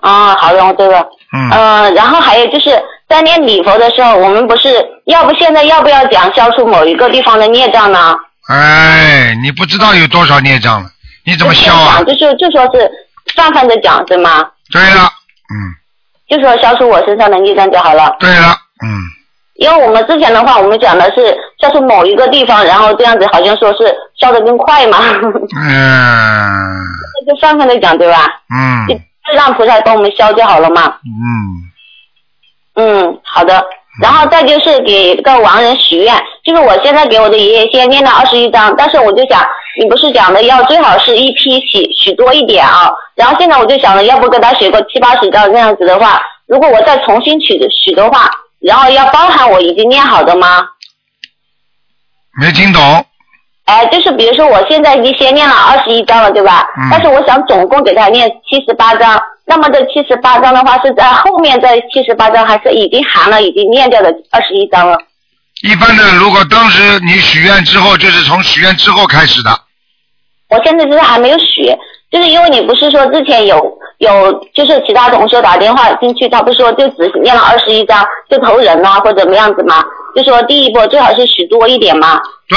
H: 啊，好的，我这个，
B: 嗯，
H: 嗯、然后还有就是在念礼佛的时候，我们不是要不现在要不要讲消除某一个地方的孽障呢？
B: 哎，你不知道有多少孽障了，你怎么消啊
H: 讲？就是就说是泛泛的讲是吗？
B: 对了，嗯，
H: 就说消除我身上的孽障就好了。
B: 对了，嗯，
H: 因为我们之前的话，我们讲的是消除某一个地方，然后这样子好像说是消的更快嘛，
B: 嗯，
H: 那 就泛泛的讲对吧？
B: 嗯，
H: 就就让菩萨帮我们消就好了嘛。
B: 嗯，
H: 嗯，好的。然后再就是给一个亡人许愿，就是我现在给我的爷爷先念了二十一章，但是我就想，你不是讲的要最好是一批许许多一点啊，然后现在我就想着，要不跟他许个七八十章这样子的话，如果我再重新许的许的话，然后要包含我已经念好的吗？
B: 没听懂。
H: 哎，就是比如说我现在已经先念了二十一章了，对吧？
B: 嗯
H: 但是我想总共给他念七十八章，那么这七十八章的话是在后面这七十八章，还是已经含了已经念掉的二十一章了？
B: 一般的，如果当时你许愿之后，就是从许愿之后开始的。
H: 我现在就是还没有许，就是因为你不是说之前有有就是其他同学打电话进去，他不是说就只念了二十一章就投人了或者怎么样子嘛？就说第一波最好是许多一点嘛。
B: 对，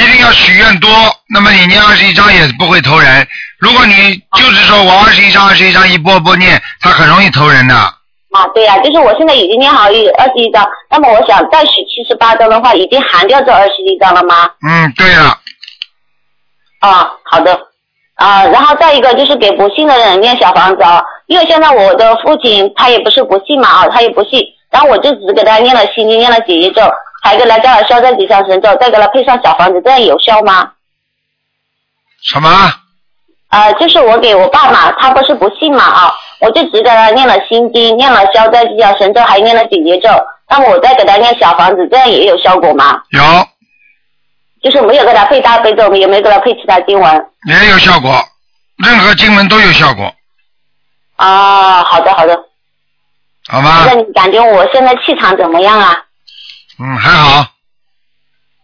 B: 一定要许愿多，那么你念二十一章也不会投人。如果你就是说我二十一章、二十一章一波波念，它很容易投人的。
H: 啊，对呀、就是我现在已经念好一二十一章，那么我想再许七十八章的话，已经含掉这二十一章了吗？
B: 嗯，对了，
H: 啊，好的。啊，然后再一个就是给不信的人念小房子啊，因为现在我的父亲他也不是不信嘛啊，他也不信，然后我就只给他念了心经，念了几页咒，还给他加了消灾吉祥神咒，再给他配上小房子，这样有效吗？
B: 什么？
H: 呃，就是我给我爸嘛，他不是不信嘛啊，我就只给他念了心经，念了消灾吉祥神咒，还念了几节咒，那么我再给他念小房子，这样也有效果吗？
B: 有，
H: 就是没有给他配大悲咒，也没给他配其他经文。
B: 也有效果，任何经文都有效果，
H: 啊，好的好的，
B: 好吗
H: 那？你感觉我现在气场怎么样啊？
B: 嗯，还好，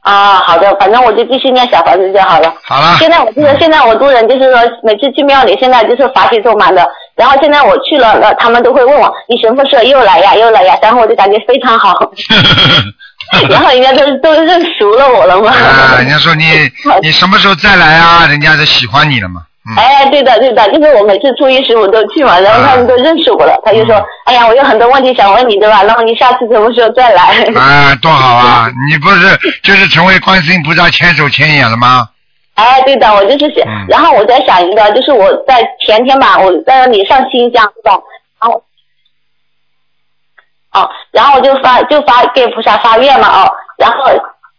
H: 啊，好的，反正我就继续念小房子就好了。
B: 好了。嗯
H: 现在我就是现在我做人就是说，每次去庙里，现在就是法喜充满的。然后现在我去了，呃，他们都会问我，你什么时候又来呀？又来呀？然后我就感觉非常好， 然后人家都都认熟了我了嘛。
B: 啊，人家说你你什么时候再来啊？人家就喜欢你了嘛。嗯，
H: 哎，对的，对的，就是我每次初一十五都去嘛，然后他们都认识我了，他就说，
B: 嗯
H: 哎呀，我有很多问题想问你，对吧？然后你下次什么时候再来？
B: 啊，多好啊！你不是就是成为观世音菩萨千手千眼了吗？
H: 哎，对的，我就是想，
B: 嗯
H: 然后我在想一个，就是我在前天吧，我在那里上新疆，对吧？然后，哦，然后我就发就发给菩萨发愿嘛，哦，然后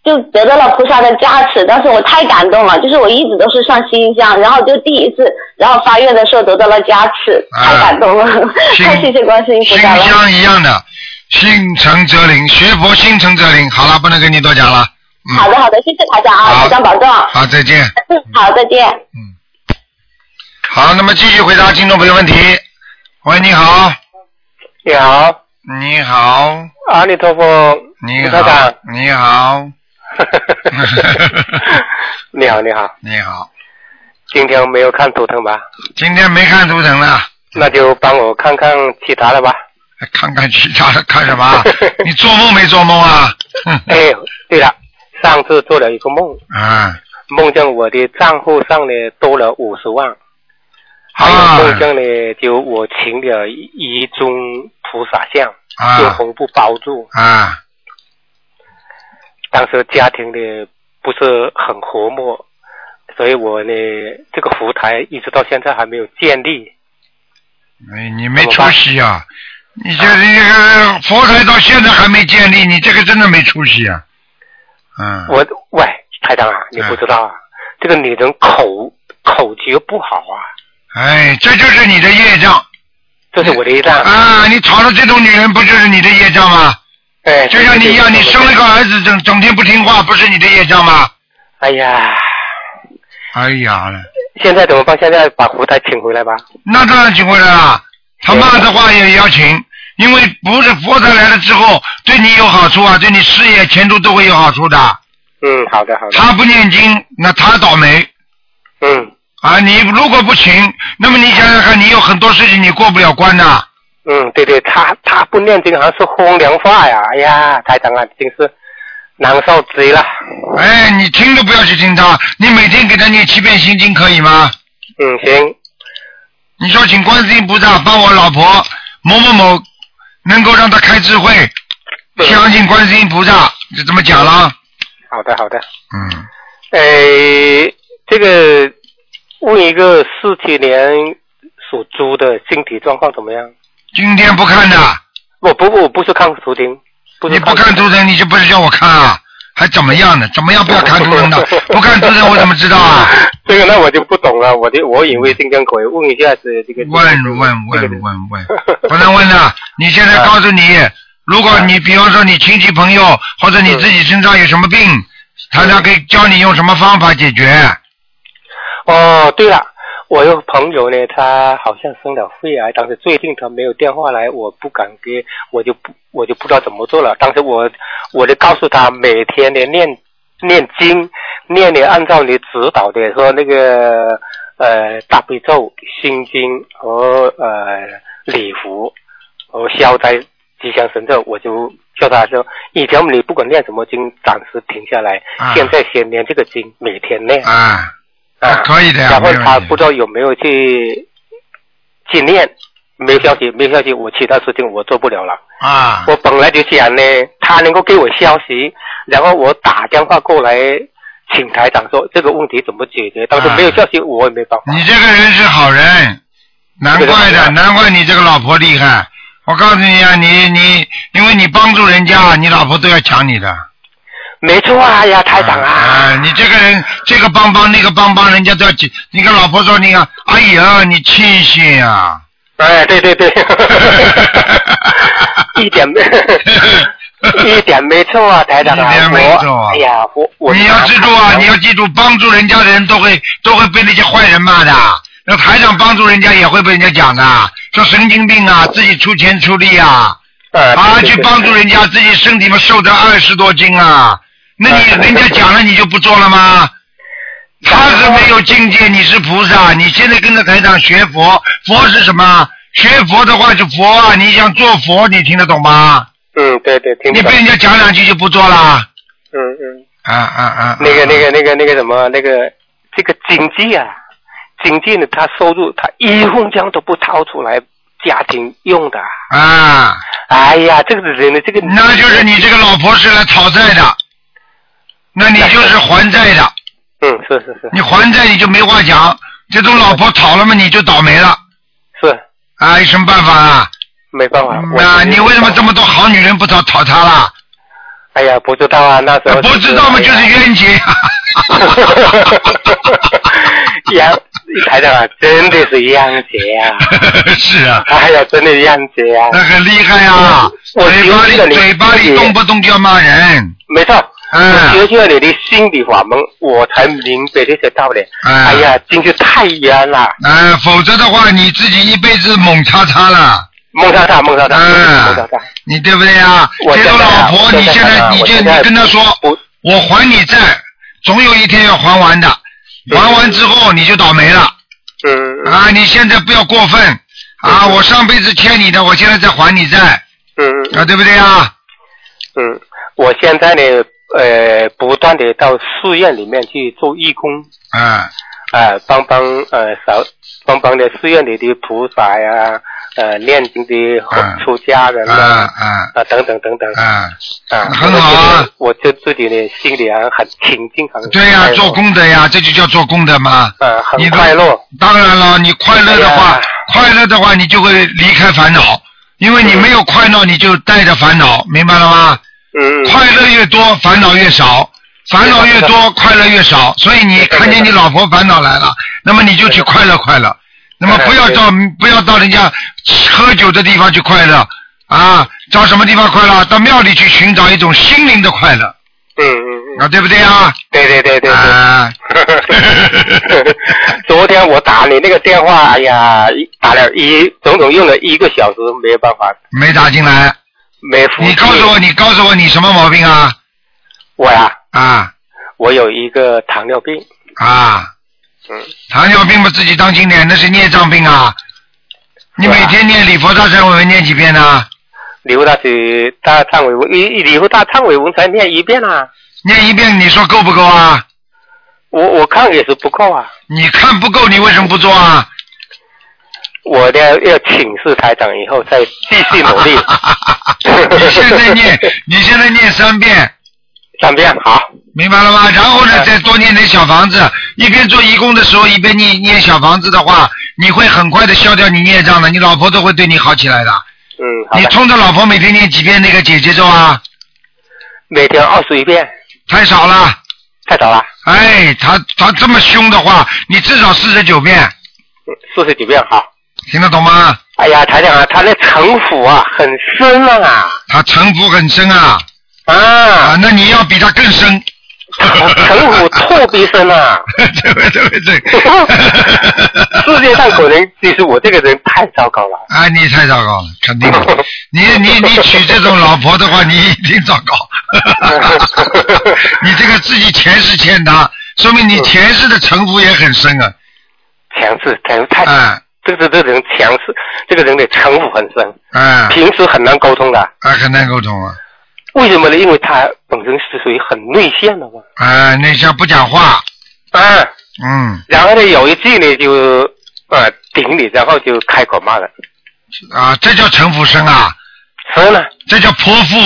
H: 就得到了菩萨的加持，当时我太感动了，就是我一直都是上新疆，然后就第一次，然后发愿的时候得到了加持，
B: 啊
H: 太感动了，
B: 新
H: 太谢谢观世音菩
B: 心
H: 萨了。
B: 香一样的，心诚则灵，学佛心诚则灵。好了，不能跟你多讲了。嗯，
H: 好的，好的，谢谢台长啊，
B: 好
H: 台长保重。
B: 好，再见。
H: 嗯，好，再见。
B: 好，那么继续回答听众朋友问题。喂，你好，
I: 你好，
B: 你好，
I: 阿弥陀佛，
B: 你
I: 卢台
B: 好
I: 长，
B: 你 好，
I: 你好，你好，
B: 你好，
I: 今天没有看图腾吧？
B: 今天没看图腾了，
I: 那就帮我看看其他的吧。
B: 看看其他的，看什么？你做梦没做梦啊？
I: 哎，对了，上次做了一个梦，
B: 啊
I: 梦见我的账户上呢多了五十万，还
B: 啊
I: 有梦见呢就我请了一尊菩萨像，用
B: 啊
I: 红布包住，
B: 啊！
I: 当时家庭呢不是很和睦，所以我呢这个福台一直到现在还没有建立。
B: 哎，你没出息啊！你这这个佛台到现在还没建立，你这个真的没出息啊！嗯，
I: 我喂，台长啊，你
B: 嗯
I: 不知道啊，这个女人口口诀不好啊，
B: 哎，这就是你的业障
I: 这是我的一张。
B: 啊！你找了这种女人，不就是你的业障吗？
I: 哎，
B: 就像你一样，你生了个儿子，整整天不听话，不是你的业障吗？
I: 哎呀，
B: 哎呀嘞，
I: 现在怎么办？现在把胡台请回来吧。
B: 那当然请回来了。他骂的话也也要请，因为不是佛台来了之后对你有好处啊，对你事业前途都会有好处的。
I: 嗯，好的好的。
B: 他不念经，那他倒霉
I: 嗯
B: 啊！你如果不勤，那么你想想看，你有很多事情你过不了关的。
I: 嗯，对对，他他不念经好像是风凉话呀，哎呀，台长啊，真是难受极了。
B: 哎，你听都不要去听他，你每天给他念七遍心经可以吗？
I: 嗯，行，
B: 你说请观世音菩萨帮我老婆某某某能够让她开智慧，
I: 对
B: 相信观世音菩萨，就这么讲了。
I: 好的好的。
B: 嗯，
I: 诶，这个问一个四七年属猪的身体状况怎么样？
B: 今天不看的，
I: 我不不不是看图腾，不
B: 你
I: 是
B: 不看
I: 看
B: 图腾，你就不是叫我看啊？还怎么样呢？怎么样不要看图 腾的？不看图腾我怎么知道啊？
I: 这个那我就不懂了，我就我以为新疆口音问一下是这个
B: 问问
I: 这个
B: 问问问， 不能问的。你现
I: 啊
B: 在告诉你，如果你比方说你亲戚朋友或者你
I: 嗯
B: 自己身上有什么病，他他可以教你用什么方法解决。
I: 哦，对了，我有朋友呢，他好像生了肺癌，但是最近他没有电话来，我不敢给，我就不我就不知道怎么做了。当时我我就告诉他，每天的念念经，念的按照你指导的说那个呃大悲咒、心经和呃礼佛和消灾吉祥神咒，我就。叫他说，以前你不管念什么经，暂时停下来，
B: 啊
I: 现在先念这个经，每天念。
B: 啊，
I: 啊，
B: 可以的呀
I: 然后
B: 没问
I: 他
B: 题
I: 不知道有没有去去念，没有消息，没有消息，我其他事情我做不了了。
B: 啊
I: 我本来就想呢，他能够给我消息，然后我打电话过来请台长说这个问题怎么解决，但是
B: 啊
I: 没有消息，我也没办法。
B: 你这个人是好人，难怪
I: 对的
B: 的，
I: 对的
B: 难怪你这个老婆厉害。我告诉你啊，你你因为你帮助人家，你老婆都要抢你的。
I: 没错啊，哎呀，台长
B: 啊
I: 啊，
B: 你这个人，这个帮帮那个帮帮，人家都要抢。你跟老婆说，你看，哎呀，你气性啊！
I: 哎，对 对对，一点没一点没错啊，台长啊，
B: 一点没
I: 我
B: 错啊
I: 哎呀，我我
B: 你要记住啊，你要记住，帮助人家的人都会都会被那些坏人骂的。那台长帮助人家也会被人家讲的，说神经病啊，自己出钱出力啊，啊，
I: 啊
B: 去帮助人家，自己身体嘛瘦着二十多斤啊，那你
I: 啊
B: 人家讲了你就不做了吗？他是没有境界，你是菩萨，你现在跟着台长学佛，佛是什么？学佛的话就佛啊，你想做佛，你听得懂吗？
I: 嗯，对对，听
B: 你
I: 得
B: 被
I: 懂。
B: 人家讲两句就不做了？
I: 嗯嗯，
B: 啊啊啊！
I: 那个那个那个那个什么那个这个经济啊，经济呢，他收入他一分钱都不掏出来家庭用的。
B: 啊，
I: 哎呀，这个人呢，这个
B: 那就是你这个老婆是来讨债的，那你就是还债的，
I: 嗯，是是是
B: 你还债你就没话讲，这种老婆讨了嘛你就倒霉了，
I: 是，
B: 啊，有什么办法啊？
I: 没办法。我
B: 啊，你为什么这么？多好女人不讨讨她啦？
I: 哎呀，不知道啊，那时候
B: 不知道嘛，就是
I: 哎呀
B: 冤结。
I: 杨台长啊，真的是杨姐啊！
B: 是啊，
I: 哎呀，真的是杨姐啊！
B: 那很厉害啊！
I: 我
B: 嘴巴里
I: 我
B: 嘴巴里动不动就要骂人，
I: 没错，
B: 嗯
I: 我学习了你的心理法门，我才明白这些道理。
B: 嗯
I: 哎呀，真是太冤了，
B: 啊，否则的话你自己一辈子猛叉叉了。
I: 孟莎莎，孟莎莎，
B: 嗯
I: 孟莎莎，
B: 你对不对啊？
I: 我
B: 这
I: 现
B: 种
I: 在
B: 老
I: 啊
B: 婆，
I: 我
B: 你
I: 现在
B: 现在
I: 啊
B: 你
I: 我
B: 现
I: 现在
B: 你跟她说，
I: 我
B: 我还你债，总有一天要还完的，
I: 对
B: 还完之后你就倒霉了
I: 嗯嗯
B: 啊！你现在不要过分啊！我上辈子欠你的，我现在在还你债
I: 嗯
B: 啊，对不对啊？
I: 嗯，我现在呢，呃，不断的到寺院里面去做义工，
B: 啊，
I: 啊、帮帮呃少帮帮的寺院里的菩萨呀、呃，念经的
B: 嗯
I: 出家人
B: 啊
I: 啊，
B: 啊
I: 啊等等等等，
B: 啊！
I: 啊，
B: 很好啊
I: 我就自己的心里啊很平静，很
B: 对呀、
I: 快乐
B: 做功德呀，这就叫做功德嘛。
I: 呃很
B: 你的
I: 快乐，
B: 当然了，你快乐的话
I: 哎呀，
B: 快乐的话，你就会离开烦恼，因为你没有快乐，你就带着烦恼，明白了吗？
I: 嗯，
B: 快乐越多，烦恼越少；烦恼越多，快乐越少。所以你看见你老婆烦恼来了，那么你就去快乐快乐。那么不要到不要到人家喝酒的地方去快乐啊，到什么地方快乐？到庙里去寻找一种心灵的快乐
I: 嗯嗯嗯，
B: 啊，对不对啊？
I: 对对对对对。
B: 啊，
I: 昨天我打你那个电话，哎呀，一打了一整整用了一个小时，没有办法，
B: 没打进来。
I: 没服。
B: 你告诉我，你告诉我你什么毛病啊？
I: 我呀、
B: 啊
I: 我有一个糖尿病，
B: 啊！
I: 嗯，
B: 糖尿病不自己当经典，那是孽障病啊！你每天念礼佛大忏悔文念几遍啊呢、
I: 礼佛大忏大忏悔文，一一礼佛大忏悔文才念一遍啊，
B: 念一遍，你说够不够啊？
I: 我我看也是不够啊，
B: 你看不够，你为什么不做啊？
I: 我呢要请示台长以后再继续努 力。
B: 你现在念，你现在念三遍，
I: 三遍好，嗯
B: 明白了吗？然后呢，再多念点小房子，一边做义工的时候，一边念念小房子的话，你会很快的消掉你孽障的，你老婆都会对你好起来的。
I: 嗯，好
B: 你
I: 的，
B: 冲着老婆每天念几遍那个姐姐咒啊？
I: 每天二十一遍，
B: 太少了。
I: 太少了，
B: 哎，她她这么凶的话，你至少四十九遍，
I: 四十几遍好。
B: 听得懂吗？
I: 哎呀，台长啊，他那城府啊很深啊
B: 她城府很深啊啊，
I: 啊，
B: 那你要比她更深。
I: 城府特别深啊。
B: 对不对不对？
I: 世界上可能就是我这个人太糟糕了。
B: 啊，你太糟糕了，肯定的。你你你娶这种老婆的话，你一定糟糕。 你这个自己前世欠她，说明你前世的城府也很深啊。
I: 强势，强势太，
B: 哎
I: 这个这个人强势，这个人的城府很深，
B: 哎
I: 平时很难沟通的。
B: 哎，很难沟通啊。
I: 为什么呢？因为他本身是属于很内向的嘛。
B: 哎，那像不讲话，
I: 啊，
B: 嗯
I: 然后呢，有一句呢就呃顶你，然后就开口骂人，
B: 啊，这叫城府深啊，
I: 所以呢，
B: 这叫泼妇。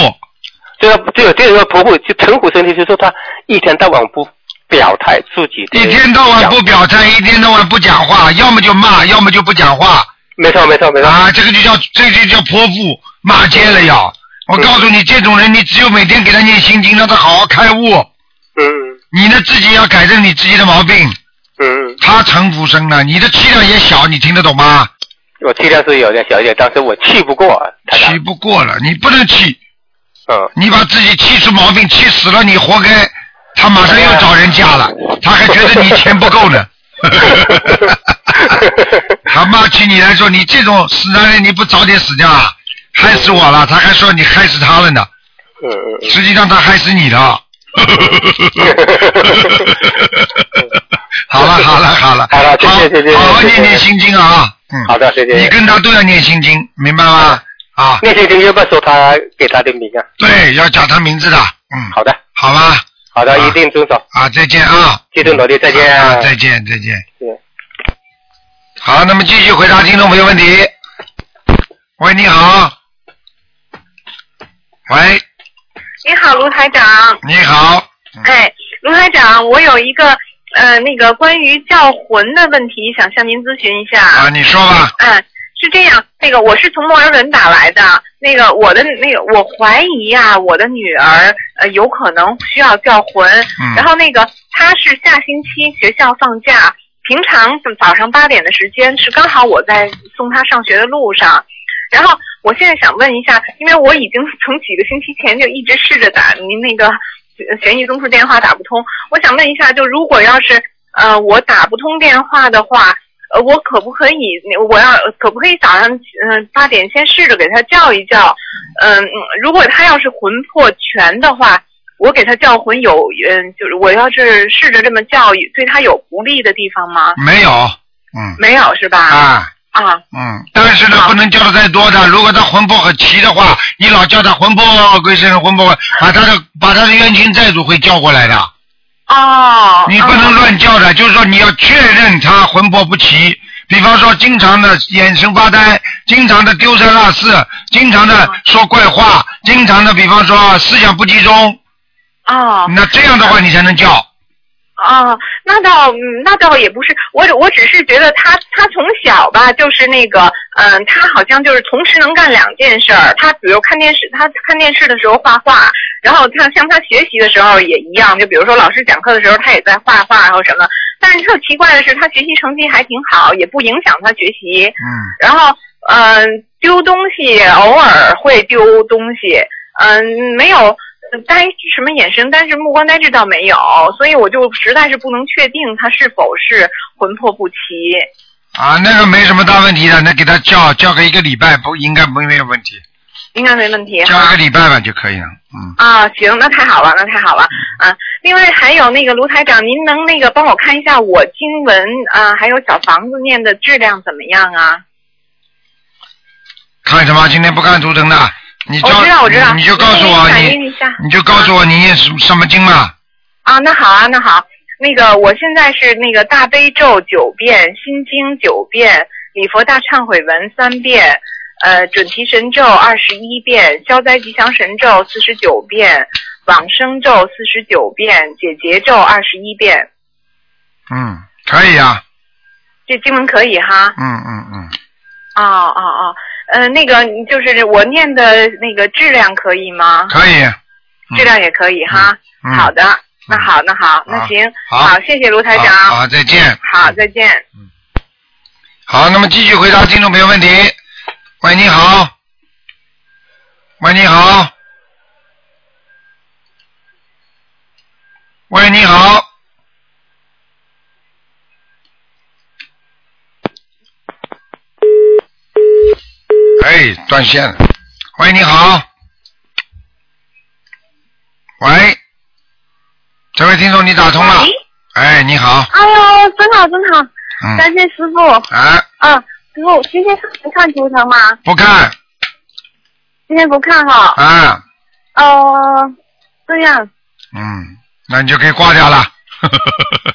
I: 这个这个这个婆婆就城府深，就是说她一天到晚不表态自己的，
B: 一天到晚不，表态，一天到晚不讲话，要么就骂，要么就不讲话。
I: 没错没错没错，
B: 啊，这个就叫这就叫泼妇骂街了要。
I: 嗯
B: 我告诉你，这种人你只有每天给他念心经，让他好好开悟。
I: 嗯
B: 你呢自己要改正你自己的毛病。
I: 嗯，嗯
B: 他城府深了，你的气量也小，你听得懂吗？
I: 我气量是有点小一点，但是我气不过台长
B: 气，不过了，你不能气，
I: 嗯，
B: 你把自己气出毛病，气死了你活该。他马上又找人嫁了，他还觉得你钱不够 呢。他骂起你来说，你这种死男人，你不早点死掉啊，害死我了。他还说你害死他了呢。
I: 嗯嗯
B: 实际上他害死你 了。好了好了好了，
I: 好了谢谢
B: 好
I: 谢谢
B: 好好
I: 谢谢
B: 念念心经啊，嗯，
I: 嗯，好的，谢谢。
B: 你跟他都要念心经，明白吗？啊，
I: 那些人要不要说他给他的名啊？
B: 对，要讲他名字的，嗯，
I: 好的，
B: 好吧，
I: 好的，
B: 啊
I: 一定遵守，
B: 啊，再见啊，
I: 继续努力，再见。嗯
B: 啊，再见再见
I: 是。
B: 好，那么继续回答听众朋友问题。喂，你好。喂，
J: 你好，卢台长。
B: 你好，
J: 哎，卢台长，我有一个呃那个关于叫魂的问题，想向您咨询一下。
B: 啊，你说吧，
J: 嗯，是这样，那个我是从墨尔本打来的，那个我的那个我怀疑啊，我的女儿呃有可能需要叫魂，
B: 嗯
J: 然后那个她是下星期学校放假，平常早上八点的时间是刚好我在送她上学的路上，然后我现在想问一下，因为我已经从几个星期前就一直试着打您那个呃悬疑综述电话打不通，我想问一下，就如果要是呃我打不通电话的话，呃，我可不可以？我要可不可以早上嗯八、点先试着给他叫一叫？嗯，嗯如果他要是魂魄全的话，我给他叫魂有嗯，就是我要是试着这么叫，对他有不利的地方吗？
B: 没有，嗯，
J: 没有是吧？
B: 啊。
J: 啊
B: 嗯，但是呢，
J: 好
B: 不能叫的太多的。如果他魂魄很齐的话，你老叫他魂魄归神，魂魄归把他的把他的冤亲债主会叫过来的。
J: 哦，
B: 你不能乱叫的，就是说你要确认他魂魄不齐。比方说，经常的眼神发呆，经常的丢三落四，经常的说怪话，经常的，比方说思想不集中，
J: 哦
B: 那这样的话你才能叫。
J: 啊，那倒嗯那倒也不是，我我只是觉得他他从小吧，就是那个嗯、他好像就是同时能干两件事儿。他比如看电视，他看电视的时候画画，然后他像他学习的时候也一样，就比如说老师讲课的时候，他也在画画，然后什么。但是特奇怪的是，他学习成绩还挺好，也不影响他学习。
B: 嗯，
J: 然后嗯、丢东西偶尔会丢东西，嗯、没有呃呆什么眼神，但是目光呆滞倒没有，所以我就实在是不能确定他是否是魂魄不齐。
B: 啊，那个没什么大问题的，那给他叫叫个一个礼拜，不应该没没有问题，
J: 应该没问题。
B: 叫一个礼拜吧就可以了。嗯
J: 啊，行，那太好了，那太好了啊！另外还有那个卢台长，您能那个帮我看一下我经文啊，还有小房子念的质量怎么样啊？
B: 看什么？今天不看图腾的，你叫
J: 我知道我知道
B: 你就告诉我
J: 那您
B: 你
J: 反映一下
B: 你就告诉我你念什么什么经嘛？
J: 啊，那好啊，那好，那个我现在是那个大悲咒九遍，心经九遍，礼佛大忏悔文三遍，呃，准提神咒二十一遍，消灾吉祥神咒四十九遍，往生咒四十九遍，解结咒二十一遍，
B: 嗯，可以啊，
J: 这经文可以哈？
B: 嗯嗯嗯，
J: 哦哦哦，呃，那个就是我念的那个质量可以吗？
B: 可以。嗯
J: 质量也可以哈。
B: 嗯
J: 好的，那好，那好，那行，
B: 好
J: 谢谢卢台长。
B: 好好再见
J: 好，再见。
B: 好，那么继续回答听众朋友问题。喂，你好。喂，你好。喂，你好。哎，断线了。喂，你好。喂，这位听众，你打通了。哎，你好。
E: 哎呦，真好真好，
B: 嗯
E: 感谢师傅。
B: 哎，
E: 啊，师傅，今天能看图腾吗？
B: 不看
E: 今天不看哈。
B: 啊。
E: 呃，这样
B: 嗯，那你就可以挂掉 了。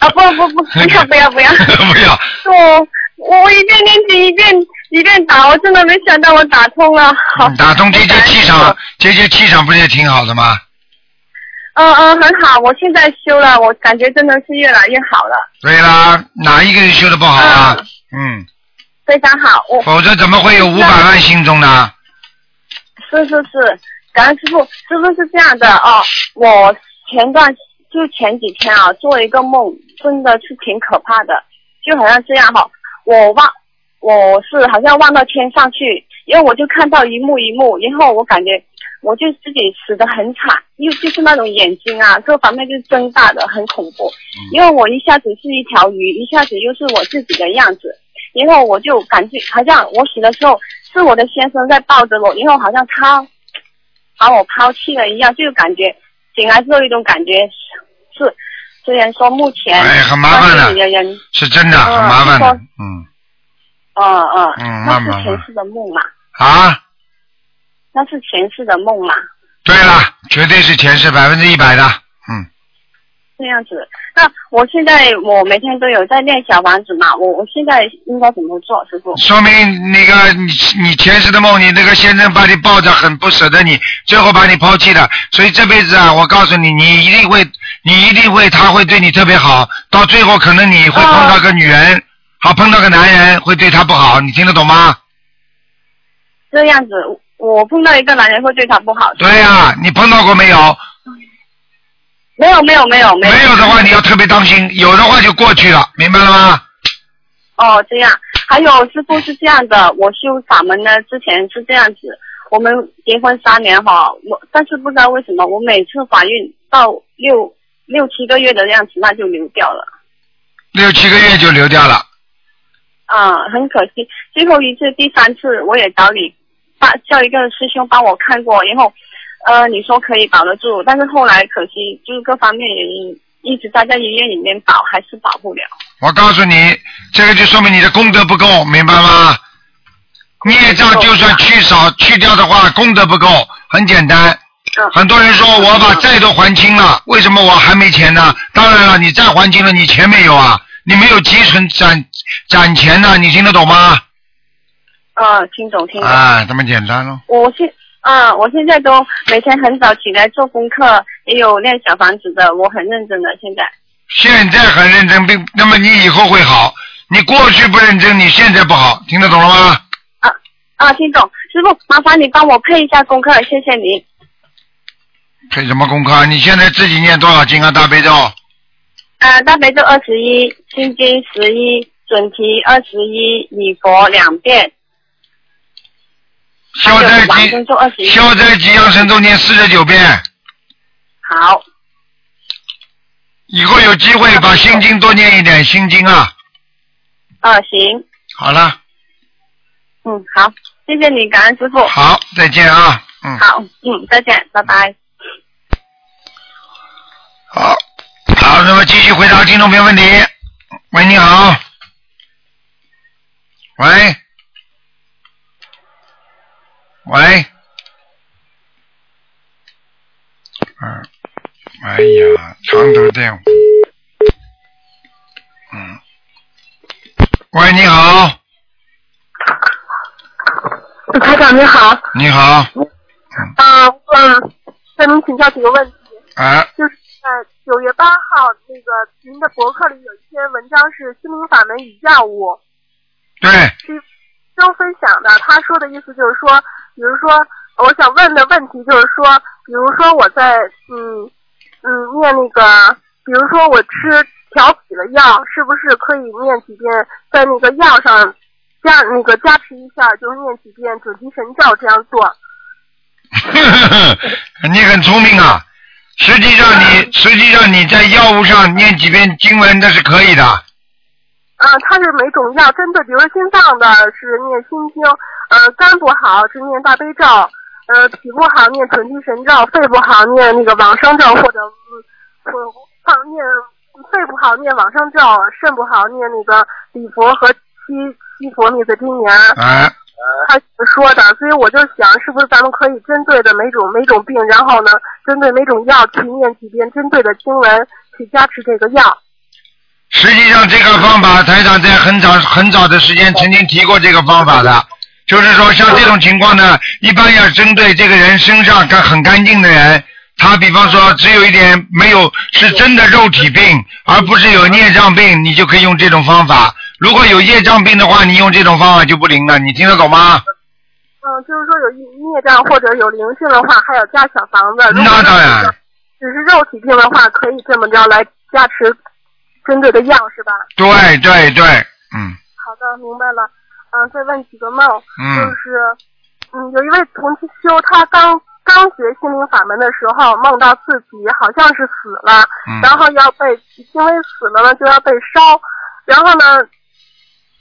E: 啊，不不不，不 要不要不要。
B: 不要。
E: 我我我一遍念经一遍一遍打，我真的没想到我打通了。好，
B: 嗯打通这些气场， 这些气场不是也挺好的吗？
E: 嗯嗯，很好，我现在修了，我感觉真的是越来越好了，
B: 对啦，哪一个人修的不好啊？嗯，
E: 非常好。我
B: 否则怎么会有五百万心中呢？
E: 是是是，感恩师傅，师傅是这样的哦，我前段就前几天啊，做了一个梦，真的是挺可怕的，就好像这样哈、我望我是好像望到天上去，因为我就看到一幕一幕，然后我感觉我就自己死得很惨，又就是那种眼睛啊各方面就是睁大的，很恐怖，
B: 嗯
E: 因为我一下子是一条鱼，一下子又是我自己的样子。然后我就感觉好像我死的时候是我的先生在抱着我，然后好像他把我抛弃了一样，就感觉醒来之后有一种感觉是，虽然说目前
B: 哎很麻烦的
E: 关心你的人，呃
B: 是真的，很麻烦的。嗯
E: 嗯嗯，
B: 嗯
E: 那
B: 慢
E: 是
B: 慢
E: 前世的梦嘛，
B: 啊，
E: 那是前世的梦嘛，
B: 对了，绝对是前世百分之一百的。嗯，
E: 这样子。那我现在我每天都有在练小房子嘛，我我现在应该怎么做，师傅？
B: 说明那个你你前世的梦，你那个先生把你抱着很不舍得你，最后把你抛弃了。所以这辈子啊，我告诉你，你一定会，你一定会，他会对你特别好，到最后可能你会碰到个女人，好碰到个男人会对他不好，你听得懂吗？
E: 这样子，我我碰到一个男人会对他不好。
B: 对呀、你碰到过没有？
E: 没有没有没有
B: 没有。的话你要特别当心，有的话就过去了，明白了吗？
E: 哦，这样。还有师傅是这样的，我修法门呢之前是这样子，我们结婚三年哈，我但是不知道为什么我每次怀孕到六六七个月的样子，那就流掉了。
B: 六七个月就流掉了，
E: 啊，很可惜。最后一次，第三次我也找你，帮叫一个师兄帮我看过，然后，呃，你说可以保得住，但是后来可惜就是各方面原因，一直待在医院里面保，还是保不了。
B: 我告诉你，这个就说明你的功德不够，明白吗？孽障就算去少去掉的话，功德不够，很简单。很多人说我把债都还清了，为什么我还没钱呢？当然了，你债还清了，你钱没有啊？你没有积存攒攒钱呢、你听得懂吗？
E: 啊，听懂听懂。
B: 啊，这么简单喽。
E: 我现啊，我现在都每天很早起来做功课，也有练小房子的，我很认真的。现在
B: 现在很认真，并那么你以后会好。你过去不认真，你现在不好，听得懂了吗？
E: 啊，听懂，师傅，麻烦你帮我配一下功课，谢谢你。
B: 配什么功课？啊你现在自己念多少经啊？大悲咒。
E: 呃，大悲咒二十一，心经十一，准提二十一，礼佛两遍，
B: 消灾
E: 往
B: 吉
E: 生咒二十一。
B: 消灾吉祥神咒念四十九遍，
E: 好，
B: 以后有机会把心经多念一点心经啊，
E: 啊，行，
B: 好了，
K: 嗯，好，谢谢你，感恩师傅。
B: 好，再见啊，嗯，
K: 好，嗯，再见，拜拜。
B: 好，好，那么继续回答听众朋友问题。喂，你好。喂，喂，嗯，哎呀，长途电话，嗯，喂，你好，
L: 台长你好，
B: 你好，
L: 啊，我想向您请教几个问题，
B: 哎，
L: 就是在呃九月八号那个您的博客里有一篇文章是心灵法门与药物，
B: 对，
L: 是周分享的，他说的意思就是说，比如说我想问的问题就是说，比如说我在嗯嗯念那个，比如说我吃调脾的药，是不是可以念几遍，在那个药上加那个加持一下，就是念几遍准提神咒这样做？
B: 你很聪明啊。实际上你实际上你在药物上念几遍经文那是可以的，
L: 啊，它是每种药针对，比如说心脏的是念心经，呃，肝不好是念大悲咒，呃，脾不好念准提神咒，肺不好念那个往生咒或者嗯，或放念肺不好念往生咒，肾不好念那个礼佛和七七佛灭罪真言。
B: 哎，
L: 他说的，所以我就想，是不是咱们可以针对的每种每种病，然后呢，针对每种药去念几遍针对的经文去加持这个药。
B: 实际上这个方法台长在很早很早的时间曾经提过这个方法的，就是说像这种情况呢，一般要针对这个人身上干很干净的人，他比方说只有一点没有是真的肉体病，而不是有孽障病，你就可以用这种方法。如果有业障病的话，你用这种方法就不灵了，你听得懂吗？
L: 嗯，就是说有一孽障或者有灵性的话，还要加小房子。那
B: 当然。
L: 只是肉体病的话，可以这么着来加持针对的药，是吧？
B: 对对对，嗯
L: 好的，明白了。嗯，再问几个梦，
B: 嗯
L: 就是嗯，有一位同修，他刚刚学心灵法门的时候，梦到自己好像是死了，
M: 嗯
L: 然后要被因为死了呢就要被烧，然后呢，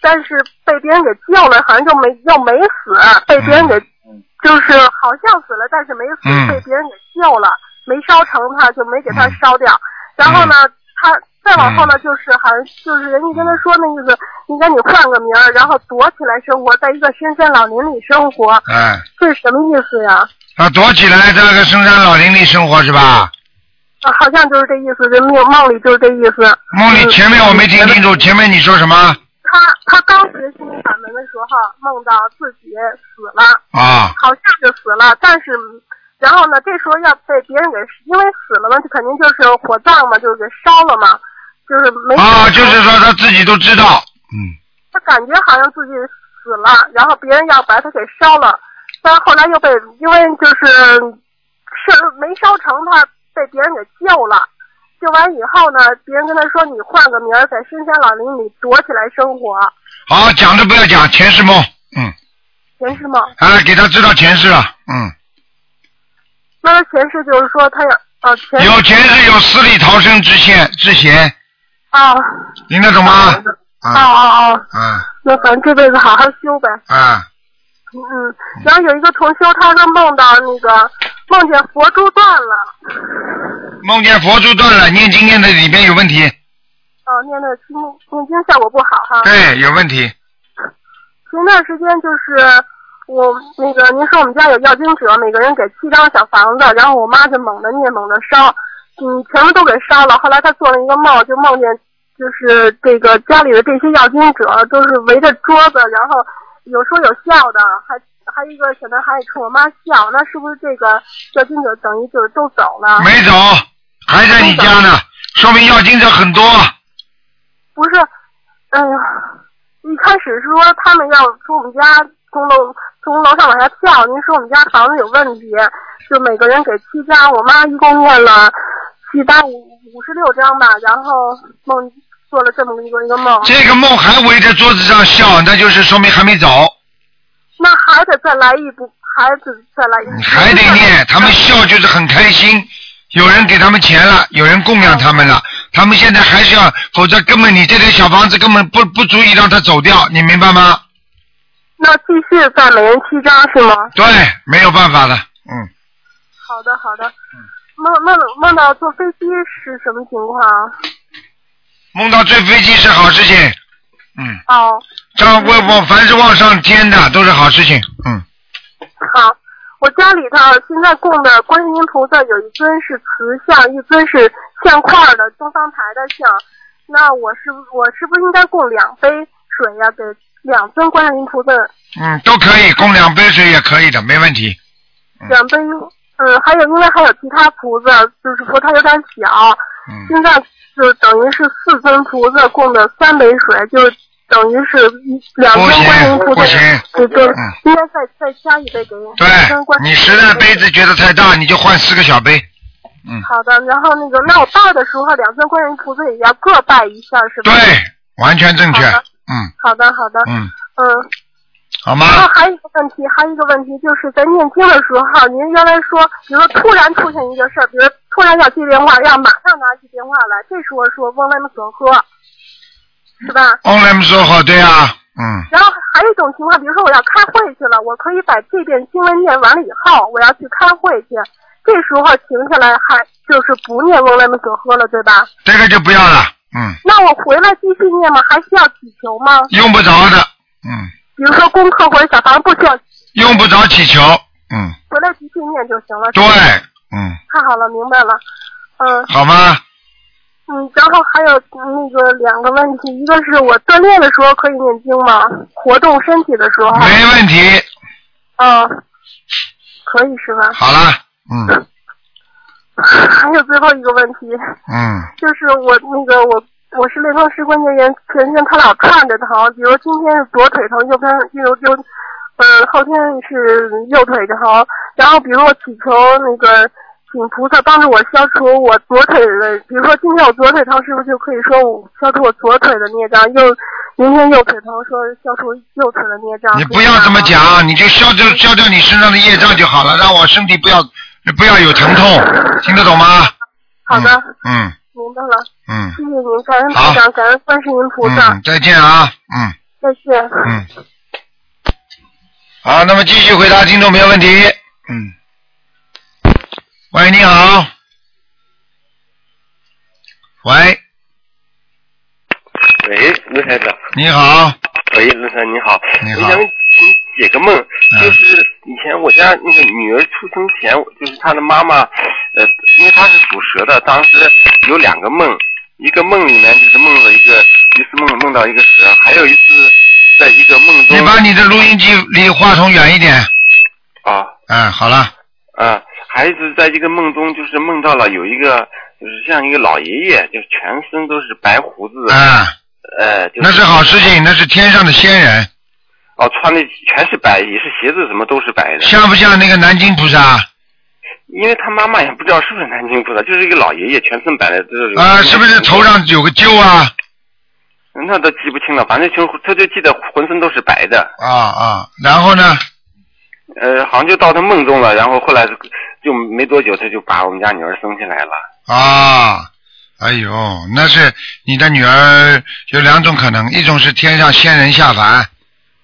L: 但是被别人给救了，好像就没又没死，被别人给、就是好像死了，但是没死，
M: 嗯
L: 被别人给救了，没烧成他，就没给他烧
B: 嗯
L: 掉。然后呢，他再往后呢，就是好像就是人家跟他说那意思，你赶紧换个名儿，然后躲起来生活，在一个深山老林里生活，
B: 哎，
L: 这是什么意思呀？
B: 啊，躲起来在那个深山老林里生活是吧？
L: 啊好像就是这意思，这梦梦里就是这意思。嗯
B: 梦里前面我没听清楚，前面你说什么
L: 他他刚学心灵法门的时候，梦到自己死了，
B: 啊？
L: 好像是死了，但是然后呢，这时候要被别人给，因为死了嘛，就肯定就是火葬嘛，就是给烧了嘛，就是没
B: 啊，就是说他自己都知道，
L: 他感觉好像自己死了，然后别人要把他给烧了，但是后来又被因为就是是没烧成，他被别人给救了。救完以后呢，别人跟他说：“你换个名儿，在深山老林里躲起来生活，
B: 好，讲都不要讲，前世梦，嗯，
L: 前世梦。
B: 啊，给他知道前世了，嗯，”
L: 那他前世就是说他要呃前世
B: 有前世有死里逃生之嫌之嫌，
L: 啊
B: 听得懂吗？
L: 啊啊啊！
B: 啊
L: 那咱这辈子好好修呗。
B: 啊，
L: 嗯，然后有一个同修，他说梦到那个梦见佛珠断了，
B: 梦见佛珠断了，念经念的里面有问题，
L: 哦、念的经念经效果不好哈。
B: 对，有问题，
L: 前段时间就是我那个，您说我们家有要经者，每个人给七张小房子，然后我妈就猛地念，猛地烧，嗯，全部都给烧了。后来她做了一个梦，就梦见就是这个家里的这些要经者都是围着桌子，然后有说有笑的，还还有一个小男孩也冲我妈笑。那是不是这个要经者等于就是都走了？
B: 没走，还在你家呢，说明要经者很多，
L: 不是，哎呀，一开始是说他们要从我们家从楼从楼上往下跳，您说我们家房子有问题，就每个人给七张，我妈一共念了七八五五十六张吧，然后梦做了这么一个一个梦，
B: 这个梦还围着桌子上笑，那就是说明还没走，
L: 那还得再来一步，还得再来一步，
B: 还得 念，他们笑就是很开心，有人给他们钱了，有人供养他们了，他们现在还是要，否则根本你这点小房子根本不不足以让他走掉，你明白吗？
L: 那继续在每人七张是吗？
B: 对，没有办法的，嗯，
L: 好的好的。梦梦梦到坐飞机是什么情况？
B: 梦到坐飞机是好事情，嗯，
L: 哦，
B: 这样会往凡是往上天的都是好事情，嗯，
L: 好，我家里头现在供的观世音菩萨有一尊是瓷像，一尊是相块儿的东方台的像。那我是我是不是应该供两杯水呀、给两尊观世音菩萨，
B: 嗯，都可以供两杯水也可以的，没问题。
L: 两杯？嗯，还有因为还有其他菩萨，就是说它有点小，
B: 嗯
L: 现在就等于是四尊菩萨供的三杯水，就是等于是一两尊观世音菩萨
B: 不行，
L: 对对，
B: 嗯
L: 应该再再加一杯给我。
B: 对
L: 两尊观世音
B: 你实在杯子觉得太大，你就换四个小杯。
L: 好的，然后那个，那我拜的时候，两尊观世音菩萨也要各拜一下，是吧？对。
B: 完全正确。
L: 好的
B: 嗯
L: 好的，好的。
B: 嗯，
L: 嗯。
B: 好
L: 然
B: 吗
L: 后？还有一个问题，还有一个问题就是在念经的时候，您原来说，比如说突然出现一个事儿，比如突然要接电话，要马上拿起电话来，这时候说嗡来姆索喝，是吧？
B: 翁来姆说好，对啊，嗯，
L: 然后还有一种情况，比如说我要开会去了，我可以把这遍经文念完了以后，我要去开会去，这时候停下来还就是不念嗡来姆索喝了，对吧？
B: 这个就不要了，嗯，
L: 那我回来继续念吗？还需要祈求吗？
B: 用不着的，嗯，
L: 比如说功课或者小房不需要，
B: 用不着祈求，嗯，
L: 回来继续念就行了。
B: 对
L: 是吧，
B: 嗯，
L: 太好了，明白了。嗯
B: 好吗？
L: 嗯，然后还有那个两个问题，一个是我锻炼的时候可以念经吗？活动身体的时候。
B: 没问题，
L: 嗯，可以是吧？
B: 好了，嗯
L: 还有最后一个问题，
B: 嗯，
L: 就是我那个我我是类风湿关节炎，全身它老看着疼，比如今天是左腿疼，右边右右，呃，后天是右腿疼，然后比如我祈求那个请菩萨帮助我消除我左腿的，比如说今天我左腿疼，是不是就可以说我消除我左腿的孽障？右明天右腿疼，说是消除右腿的孽障。
B: 你不要这么讲，你就消掉消掉你身上的业障就好了，让我身体不要不要有疼痛，听得懂吗？
L: 好的，
B: 嗯
L: 明白了，
B: 嗯
L: 谢谢您，感恩
B: 好
L: 台长，感恩观世音菩萨，
B: 嗯，再见啊，嗯
L: 再见。
B: 嗯，好，那么继续回答听众朋友问题，嗯，喂，你好，喂，
M: 喂，卢台长。
B: 你好，
M: 喂，卢台长你好。
B: 你
M: 我
B: 好嗯
M: 想，请解个梦，就是以前我家那个女儿出生前，我就是她的妈妈，呃，因为她是属蛇的，当时有两个梦，一个梦里面就是梦了一个，一次梦梦到一个蛇，还有一次在一个梦中。
B: 你把你的录音机离话筒远一点，
M: 啊
B: 嗯，好了，
M: 啊，还有一次在一个梦中，就是梦到了有一个，就是像一个老爷爷，就是全身都是白胡子，
B: 啊，
M: 呃，就是、
B: 那是好事情，那是天上的仙人，
M: 哦，穿的全是白，也是鞋子什么都是白的。
B: 像不像那个南京菩萨？
M: 因为他妈妈也不知道是不是南京菩萨，就是一个老爷爷，全身白的，就是
B: 啊，是不是头上有个揪啊？
M: 嗯那都记不清了，反正就他就记得浑身都是白的，
B: 啊啊，然后呢？
M: 呃，好像就到他梦中了，然后后来就就没多久，他就把我们家女儿生下来了。
B: 啊，哎呦，那是你的女儿有两种可能，一种是天上仙人下凡，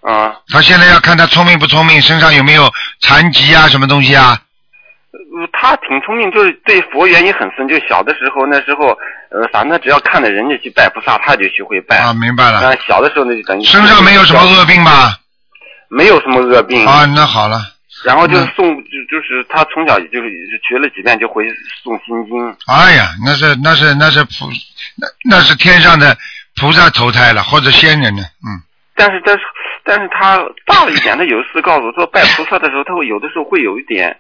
M: 啊，
B: 她现在要看她聪明不聪明，身上有没有残疾啊，什么东西啊？
M: 呃他挺聪明，就是对佛缘也很深。就小的时候，那时候，呃，反正他只要看着人家去拜菩萨，他就学会拜。
B: 啊，明白了，
M: 那小的时候那就等于
B: 身上没有什么恶病？吧？
M: 没有什么恶病。
B: 啊，那好了，
M: 然后
B: 嗯
M: 就是诵，就就是他从小就是学了几遍就回去诵心经。
B: 哎呀，那是那是那是菩，那那是天上的菩萨投胎了，或者仙人呢？嗯，
M: 但是但是但是他大了一点，他有一次告诉我说，拜菩萨的时候，他会有的时候会有一点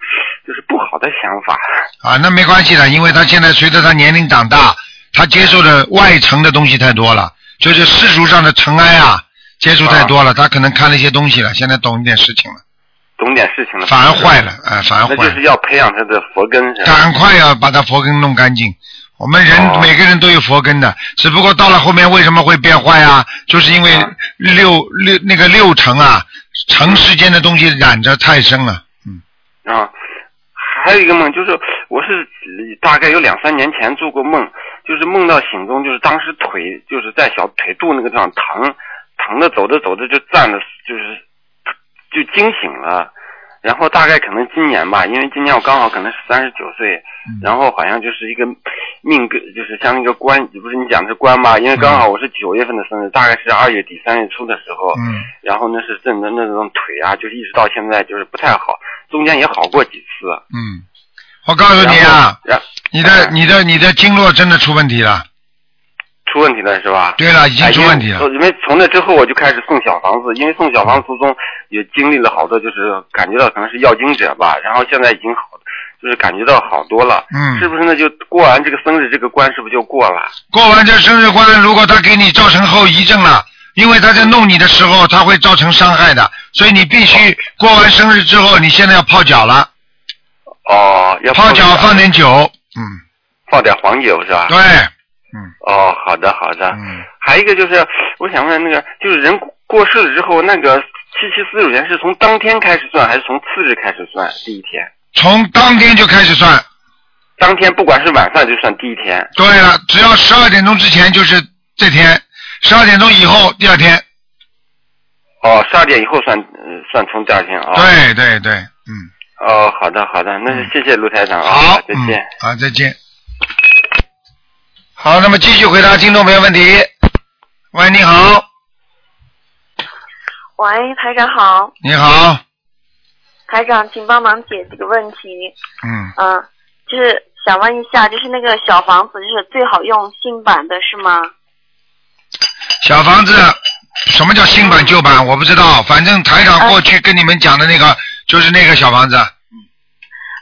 M: 就是不好的想法。
B: 啊，那没关系的，因为她现在随着她年龄长大，她接受的外层的东西太多了，就是世俗上的尘埃啊，接触太多了，她可能看了一些东西了，现在懂一点事情了，
M: 懂点事情了，
B: 反而坏了，哎、反而坏
M: 那就
B: 了
M: 是，要培养他的佛根是吧？
B: 赶快要把她佛根弄干净。我们人、
M: 哦
B: 每个人都有佛根的，只不过到了后面为什么会变坏啊？就是因为六、六那个六层啊，尘世间的东西染着太深了。
M: 啊，还有一个梦就是，我是呃大概有两三年前做过梦，就是梦到醒中，就是当时腿就是在小腿肚那个地方疼，疼的走着走着就站着，就是就惊醒了。然后大概可能今年吧，因为今年我刚好可能是三十九岁，然后好像就是一个命根，就是像那个官，不是你讲的是官吧？因为刚好我是九月份的生日，大概是二月底三月初的时候，
B: 嗯
M: 然后那是真的那种腿啊，就是一直到现在就是不太好，中间也好过几次。
B: 嗯，我告诉你
M: 然后哎
B: 啊，，
M: 然
B: 你的你的你的经络真的出问题了。
M: 出问题了是吧？
B: 对了啊已经
M: 哎
B: 出问题了
M: 因为因为从那之后我就开始送小房子，因为送小房子途中也经历了好多，就是感觉到可能是要经者吧，然后现在已经好，就是感觉到好多了。
B: 嗯
M: 是不是那就过完这个生日这个关是不是就过了？
B: 过完这生日关，如果他给你造成后遗症了，因为他在弄你的时候，他会造成伤害的，所以你必须过完生日之后，你现在要泡脚了，
M: 哦，要
B: 泡脚放点酒，
M: 放点黄酒是吧？
B: 对，
M: 哦，好的好的。
B: 嗯。
M: 还有一个就是，我想问那个，就是人过世了之后，那个七七四九钱是从当天开始算，还是从次日开始算？第一天，
B: 从当天就开始算。
M: 当天不管是晚上就算第一天。
B: 对了，只要十二点钟之前就是这天，十二点钟以后第二天。
M: 哦，十二点以后算，呃算从第二天啊。
B: 对对对，嗯
M: 哦，好的好的，那就谢谢卢台长啊，
B: 好
M: 再见。
B: 嗯好，再见。好，那么继续回答听众朋友问题。喂，你好，
N: 喂，台长好，
B: 你好，
N: 台长，请帮忙解几个问题。
B: 嗯，
N: 嗯、就是想问一下，就是那个小房子，就是最好用新版的是吗？
B: 小房子，什么叫新版旧版？我不知道，反正台长过去跟你们讲的那个就是那个小房子，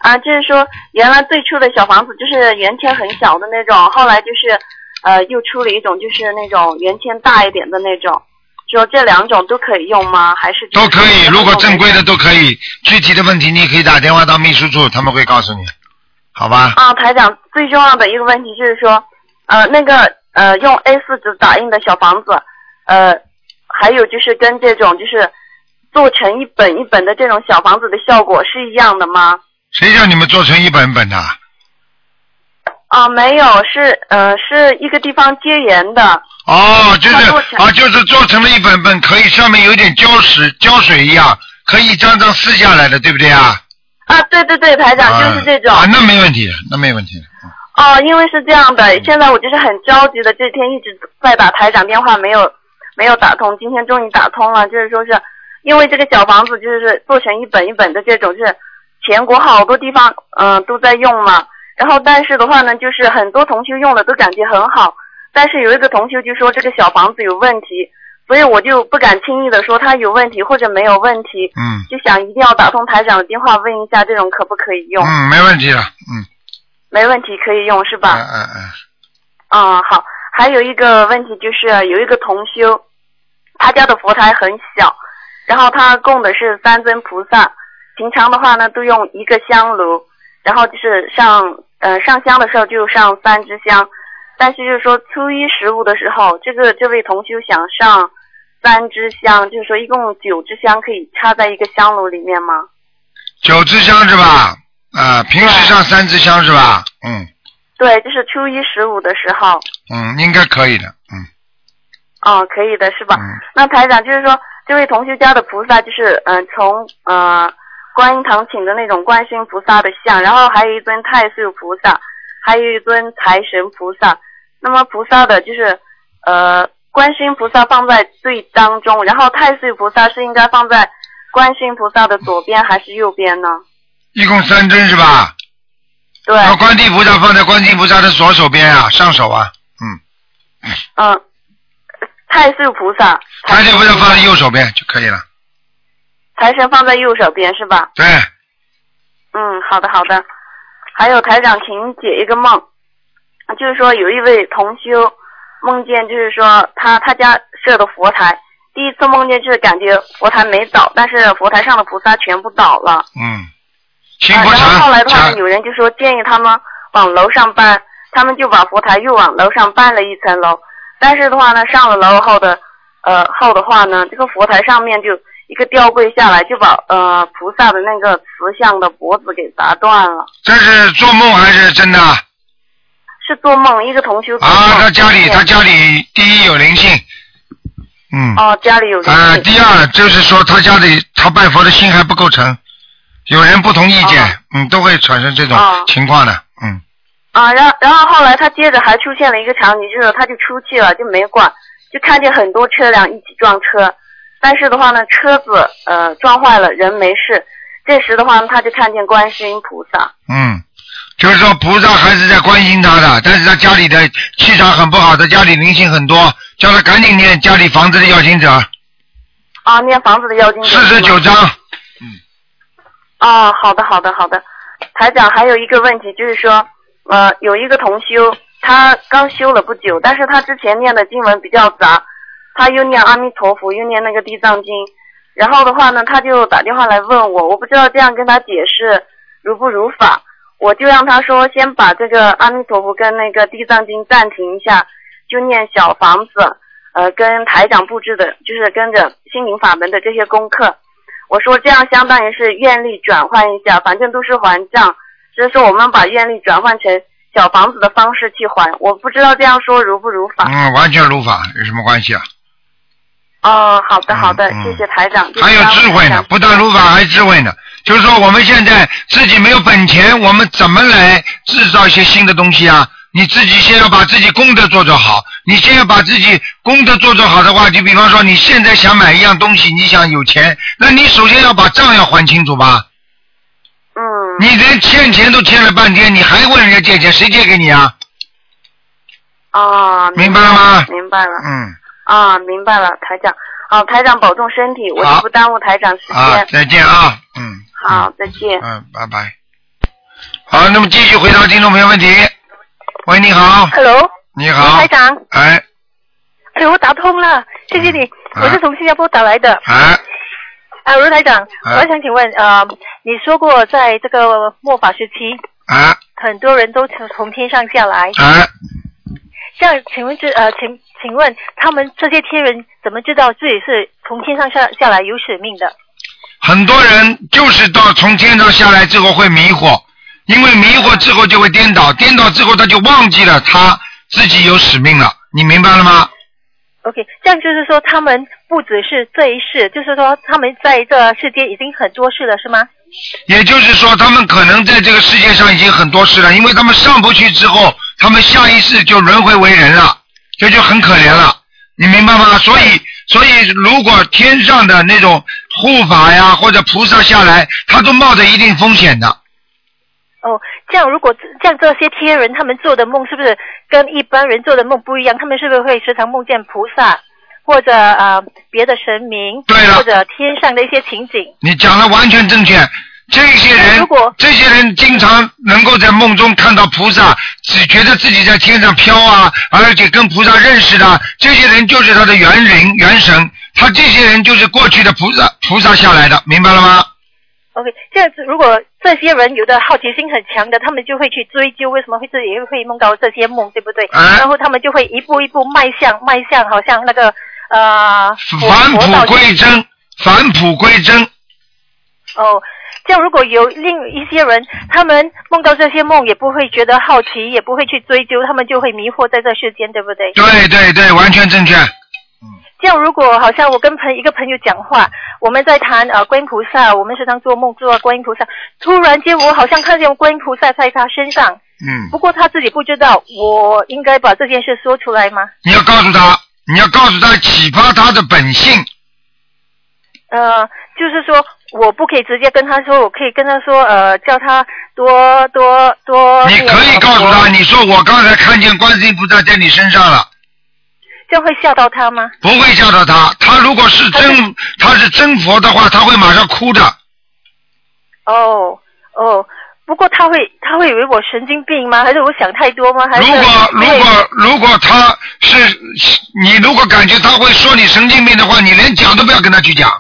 N: 啊，就是说原来最初的小房子就是圆圈很小的那种，后来就是呃又出了一种就是那种圆圈大一点的那种，说这两种都可以用吗？还是
B: 都可
N: 啊
B: 以，如果正规的都可以。具体的问题你可以打电话到秘书处，他们会告诉你，好吧？
N: 啊，台长，最重要的一个问题就是说，呃，那个呃，用 A 4纸打印的小房子，呃，还有就是跟这种就是做成一本一本的这种小房子的效果是一样的吗？
B: 谁叫你们做成一本本的？
N: 啊，没有，是呃，是一个地方接缘的。
B: 哦，就是啊，就是做成了一本本，可以上面有点胶水，胶水一样，可以一张张撕下来的，对不对啊？
N: 啊，对对对，台长、就是这种。
B: 啊，那没问题，那没问题。
N: 哦，因为是这样的，
B: 嗯
N: 现在我就是很着急的，这天一直在打台长电话，没有没有打通，今天终于打通了，就是说是因为这个小房子就是做成一本一本的这种，是全国好多地方嗯、呃都在用嘛，然后但是的话呢，就是很多同学用了都感觉很好，但是有一个同学就说这个小房子有问题。所以我就不敢轻易的说它有问题或者没有问题，
B: 嗯
N: 就想一定要打通台长的电话问一下这种可不可以用，
B: 嗯，没问题的，嗯
N: 没问题可以用是吧？
B: 嗯嗯嗯，
N: 嗯，好。还有一个问题就是，有一个同修，他家的佛台很小，然后他供的是三尊菩萨，平常的话呢都用一个香炉，然后就是上呃上香的时候就上三支香，但是就是说初一十五的时候，这个这位同修想上三支香，就是说一共九支香可以插在一个香炉里面吗？
B: 九支香是吧？啊，平时上三支香是吧？嗯
N: 对，就是初一十五的时候。
B: 嗯，应该可以的，嗯。
N: 哦，可以的是吧？那台长就是说，这位同学家的菩萨就是嗯、呃从呃观音堂请的那种观世音菩萨的像，然后还有一尊太岁菩萨，还有一尊财神菩萨。那么菩萨的就是呃观世音菩萨放在最当中，然后太岁菩萨是应该放在观世音菩萨的左边还是右边呢？
B: 一共三针是吧？
N: 对。
B: 那观地菩萨放在观地菩萨的左手边啊，上手啊，
N: 嗯、太岁菩萨、
B: 观地菩萨放在右手边就可以了。
N: 财神放在右手边是吧？
B: 对，
N: 嗯，好的好的。还有台长，请解一个梦，就是说有一位同修梦见，就是说他他家设的佛台，第一次梦见就是感觉佛台没倒，但是佛台上的菩萨全部倒了。
B: 嗯，
N: 啊，然后后来的话呢，有人就说建议他们往楼上搬，他们就把佛台又往楼上搬了一层楼。但是的话呢，上了楼后的呃后的话呢，这个佛台上面就一个吊柜下来，就把呃菩萨的那个瓷像的脖子给砸断了。
B: 啊这是做梦还是真的？
N: 是做梦，一个同修做梦。
B: 啊，他家
N: 哦
B: 里他家里第一有灵性，嗯，
N: 哦，家里有人
B: 啊，第二就是说他家里他拜佛的心还不够诚，有人不同意
N: 哦
B: 见，嗯，都会产生这种情况的，嗯，
N: 啊，然然后后来他接着还出现了一个场景，就是他就出去了，就没管，就看见很多车辆一起撞车，但是的话呢，车子呃撞坏了，人没事。这时的话呢，他就看见观世音菩萨，
B: 嗯，就是说菩萨还是在关心他的，但是他家里的气场很不好，他家里灵性很多，叫他赶紧念家里房子的要经者
N: 啊，念房子的妖精者
B: 四十九章。
N: 啊，好的，好的，好的。台长还有一个问题，就是说，呃，有一个同修，他刚修了不久，但是他之前念的经文比较杂，他又念阿弥陀佛，又念那个地藏经，然后的话呢，他就打电话来问我，我不知道这样跟他解释如不如法，我就让他说先把这个阿弥陀佛跟那个地藏经暂停一下，就念小房子，呃，跟台长布置的，就是跟着心灵法门的这些功课。我说这样相当于是愿力转换一下，反正都是还账，只是说我们把愿力转换成小房子的方式去还。我不知道这样说如不如法。
B: 嗯，完全如法，有什么关系啊？
N: 哦，好
B: 嗯
N: 的好的，谢谢台长。
B: 还有智慧呢，不但如法，还智慧呢。就是说，我们现在自己没有本钱，我们怎么来制造一些新的东西啊？你自己先要把自己功德做做好，你先要把自己功德做做好的话，就比方说你现在想买一样东西，你想有钱，那你首先要把账要还清楚吧。嗯。你连欠钱都欠了半天，你还问人家借钱，谁借给你啊？
N: 啊，
B: 明白了吗
N: 明白了。
B: 嗯。
N: 啊，明白了，台长。啊，台长保重身体，我就不耽误台长时间。
B: 啊，再见啊，嗯
N: 好，再见。
B: 嗯，拜拜。好，那么继续回答听众朋友问题。喂，你好。
O: Hello，
B: 你好
O: 台。长，
B: 哎，
O: 哎，我打通了，谢谢你，我是从新加坡打来的。
B: 嗯啊。
O: 啊，卢台长，
B: 啊
O: 我想请问，呃，你说过在这个末法时期，
B: 啊，
O: 很多人都从从天上下来。
B: 啊。
O: 这样，请问这呃，请请问他们这些天人怎么知道自己是从天上下下来有使命的？
B: 很多人就是到从天上下来之后会迷惑，因为迷惑之后就会颠倒，颠倒之后他就忘记了他自己有使命了，你明白了吗？
O: OK，这样就是说他们不只是这一世，就是说他们在这世间已经很多世了，是吗？
B: 也就是说，他们可能在这个世界上已经很多事了，因为他们上不去之后，他们下一世就轮回为人了，这就很可怜了，你明白吗？所以，所以如果天上的那种护法呀或者菩萨下来，他都冒着一定风险的。
O: 哦，这样如果这样这些天人他们做的梦是不是跟一般人做的梦不一样？他们是不是会时常梦见菩萨或者呃别的神明，对或者天上的一些情景？
B: 你讲的完全正确。这些人，这些人经常能够在梦中看到菩萨，只觉得自己在天上飘啊，而且跟菩萨认识的，这些人就是他的元灵元神，他这些人就是过去的菩萨菩萨下来的，明白了吗？
O: OK，这样子如果这些人有的好奇心很强的，他们就会去追究为什么会自己会梦到这些梦，对不对？然后他们就会一步一步迈向迈向，好像那个呃佛
B: 返
O: 佛道
B: 璞归真，返璞归真，
O: 哦，这样如果有另一些人，他们梦到这些梦也不会觉得好奇，也不会去追究，他们就会迷惑在这世间，对不对？
B: 对对对，完全正确。
O: 这样如果好像我跟朋一个朋友讲话，我们在谈呃观音菩萨，我们时常做梦做到观音菩萨，突然间我好像看见观音菩萨在他身上，
B: 嗯，
O: 不过他自己不知道，我应该把这件事说出来吗？
B: 你要告诉他，你要告诉他，启发他的本性，
O: 呃，就是说我不可以直接跟他说，我可以跟他说，呃，叫他多多多。
B: 你可以告诉他，你说我刚才看见观世音菩萨在你身上了。
O: 这样会吓到他吗？
B: 不会吓到他。他如果是真，他是真佛的话，他会马上哭的。
O: 哦哦，不过他会他会以为我神经病吗？还是我想太多吗？还
B: 如
O: 是
B: 果如
O: 因为
B: 果如果他是你，如果感觉他会说你神经病的话，你连讲都不要跟他去讲。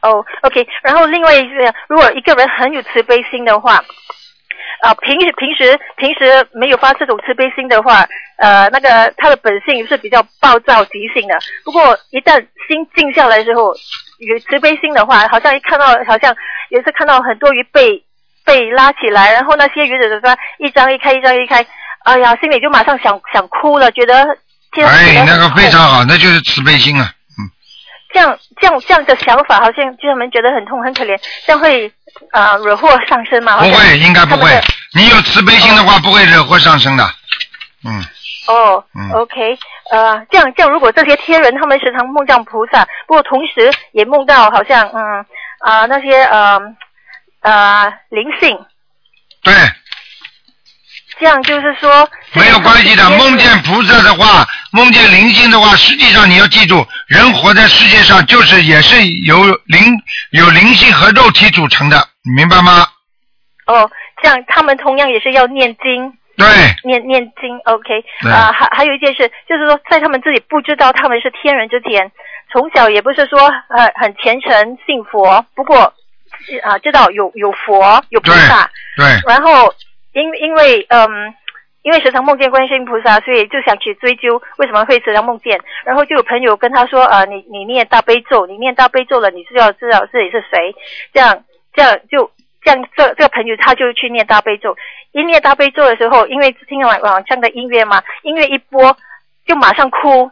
O: 哦，OK。然后另外一个，如果一个人很有慈悲心的话，啊、平时平时平时没有发这种慈悲心的话，呃，那个他的本性是比较暴躁急性的。不过一旦心静下来之后，有慈悲心的话，好像一看到好像也是看到很多鱼被被拉起来，然后那些鱼的嘴巴一张一开一张一开，哎呀，心里就马上想想哭了，觉得这样觉得
B: 哎，
O: 很
B: 那个非常
O: 痛
B: 好，那就是慈悲心啊。
O: 这样这样这样的想法，好像就让人觉得很痛很可怜，这样会啊、呃惹祸上身嘛？
B: 不
O: 好
B: 会，
O: 像
B: 应该不
O: 他们
B: 会
O: 的。
B: 你有慈悲心的话，不会惹祸上身的。嗯，
O: 哦、
B: 嗯
O: o k 呃，这样这样，如果这些天人他们时常梦到菩萨，不过同时也梦到好像嗯啊、那些呃呃灵性，
B: 对，
O: 这样就是说
B: 没有关系的。梦见菩萨的话，梦见灵性的话，实际上你要记住，人活在世界上就是也是由灵有灵性和肉体组成的，你明白吗？
O: 哦，这样他们同样也是要念经。
B: 对，
O: 念念经，OK，
B: 对
O: 啊，还还有一件事，就是说在他们自己不知道他们是天人之前，从小也不是说呃很虔诚信佛，不过啊、知道有有佛有菩萨，
B: 对
O: 然后因因为嗯。因为时常梦见观世音菩萨，所以就想去追究为什么会时常梦见。然后就有朋友跟他说：“呃，你你念大悲咒，你念大悲咒了，你就要知道自己是谁。”这样这样就这样，这这个朋友他就去念大悲咒。一念大悲咒的时候，因为听了晚晚上的音乐嘛，音乐一播就马上哭，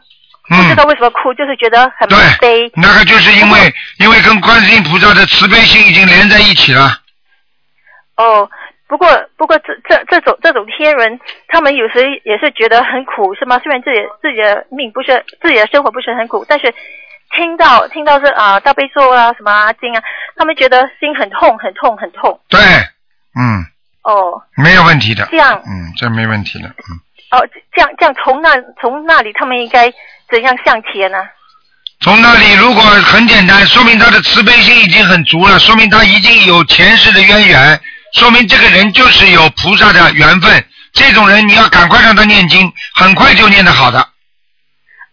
B: 嗯
O: 不知道为什么哭，就是觉得很悲。
B: 那个就是因为因为跟观世音菩萨的慈悲心已经连在一起了。
O: 哦，不过不过这这这种这种天人，他们有时也是觉得很苦，是吗？虽然自己自己的命不是自己的生活不是很苦，但是听到听到这啊、大悲咒啊什么啊经啊，他们觉得心很痛很痛很痛。
B: 对，嗯，
O: 哦，
B: 没有问题的。
O: 这样
B: 嗯，这没问题的。嗯，
O: 哦这样这样从那从那里他们应该怎样向前呢、
B: 从那里如果很简单，说明他的慈悲心已经很足了，说明他已经有前世的渊源，说明这个人就是有菩萨的缘分。这种人你要赶快让他念经，很快就念得好的。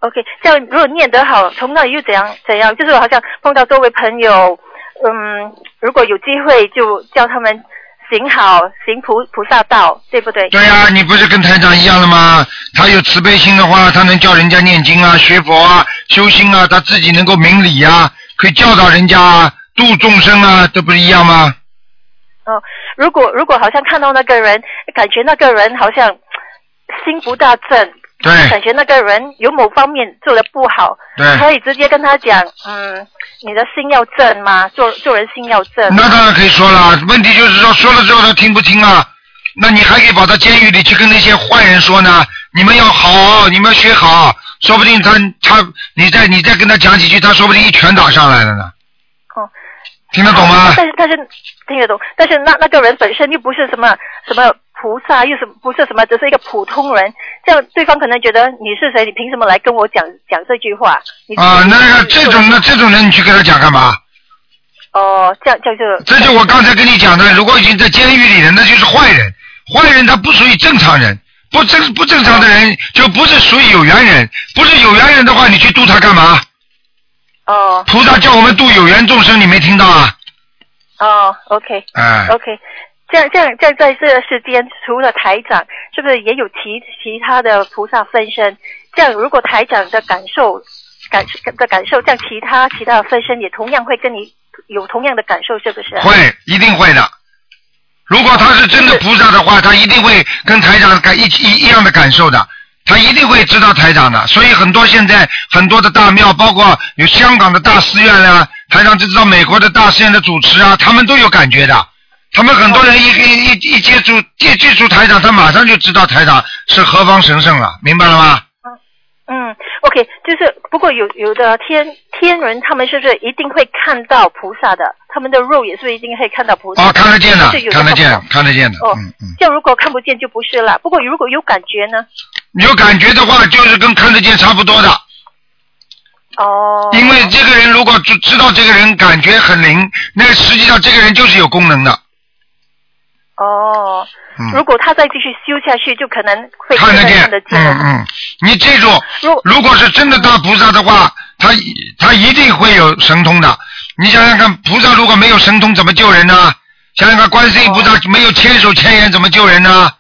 O: OK，这样如果念得好，从那里又怎样怎样？就是好像碰到周围朋友，嗯，如果有机会就叫他们行好，行菩菩萨道，对不对？
B: 对哎啊呀、你不是跟台长一样的吗？他有慈悲心的话，他能教人家念经啊、学佛啊、修心啊，他自己能够明理啊，可以教导人家啊、度众生啊，这不是一样吗？
O: 哦，如果如果好像看到那个人，感觉那个人好像心不大正，
B: 对
O: 感觉那个人有某方面做的不好，
B: 对
O: 可以直接跟他讲，嗯，你的心要正嘛，做做人心要正。
B: 那当然可以说了，问题就是说说了之后他听不听啊？那你还可以跑到监狱里去跟那些坏人说呢？你们要好，你们要学好，说不定他他你再你再跟他讲几句，他说不定一拳打上来了呢。
O: 哦，
B: 听得懂吗？
O: 但是但是听得懂，但是那那个人本身又不是什么什么菩萨，又是不是什么，只是一个普通人，这样对方可能觉得你是谁，你凭什么来跟我讲讲这句话？哦你
B: 啊，那个这种那这种人你去跟他讲干嘛？
O: 哦，这样这样就
B: 这就我刚才跟你讲的，如果已经在监狱里了，那就是坏人。坏人他不属于正常人，不正不正常的人就不是属于有缘人，不是有缘人的话，你去度他干嘛？
O: 哦。
B: 菩萨叫我们度有缘众生，你没听到啊？
O: 哦，OK，
B: 哎
O: o k 这样这样这样在这个世间，除了台长，是不是也有其其他的菩萨分身？这样如果台长的感受感的感受，这样其他其他的分身也同样会跟你有同样的感受，是不啊是？
B: 会，一定会的。如果他是真的菩萨的话，他一定会跟台长感一起一一样的感受的，他一定会知道台长的。所以很多现在很多的大庙，包括有香港的大寺院啦、啊台长就知道美国的大寺院的主持啊，他们都有感觉的。他们很多人一一一一接触接接触台长，他马上就知道台长是何方神圣了，明白了吗？
O: 嗯，OK，就是不过有有的天天人他们是不是一定会看到菩萨的？他们的肉也是不是一定会看到菩萨？
B: 哦，看得见的
O: 是有，的
B: 看得
O: 不
B: 见，看得见的。嗯
O: 哦，这样如果看不见就不是了。不过如果有感觉呢？
B: 有感觉的话，就是跟看得见差不多的。
O: 哦。
B: 因为这个人如果知知道这个人感觉很灵，那实际上这个人就是有功能的。
O: 哦，
B: 嗯
O: 如果他再继续修下去，就可能会
B: 看得
O: 更
B: 见
O: 加的，
B: 嗯嗯，你记住，如果是真的大菩萨的话，他一他一定会有神通的。你想想看，菩萨如果没有神通，怎么救人呢？想想看，观世音菩萨没有千手千眼，怎么救人呢？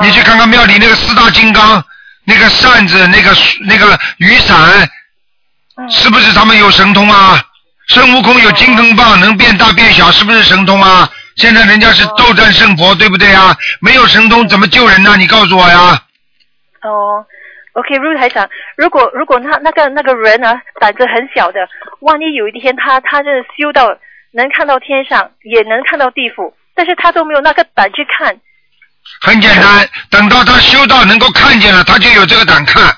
B: 你去看看庙里那个四大金刚，那个扇子，那个那个雨伞，是不是他们有神通啊？孙悟空有金刚棒，能变大变小，是不是神通啊？现在人家是斗战胜佛，对不对啊？没有神通怎么救人呢？你告诉我呀。
O: 哦，OK，如台长，如果如果那那个那个人呢、啊胆子很小的，万一有一天他他真的修到能看到天上，也能看到地府，但是他都没有那个胆去看。
B: 很简单，等到他修到能够看见了，他就有这个胆看。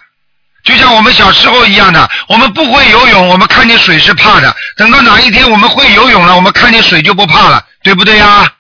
B: 就像我们小时候一样的，我们不会游泳，我们看见水是怕的。等到哪一天我们会游泳了，我们看见水就不怕了，对不对呀、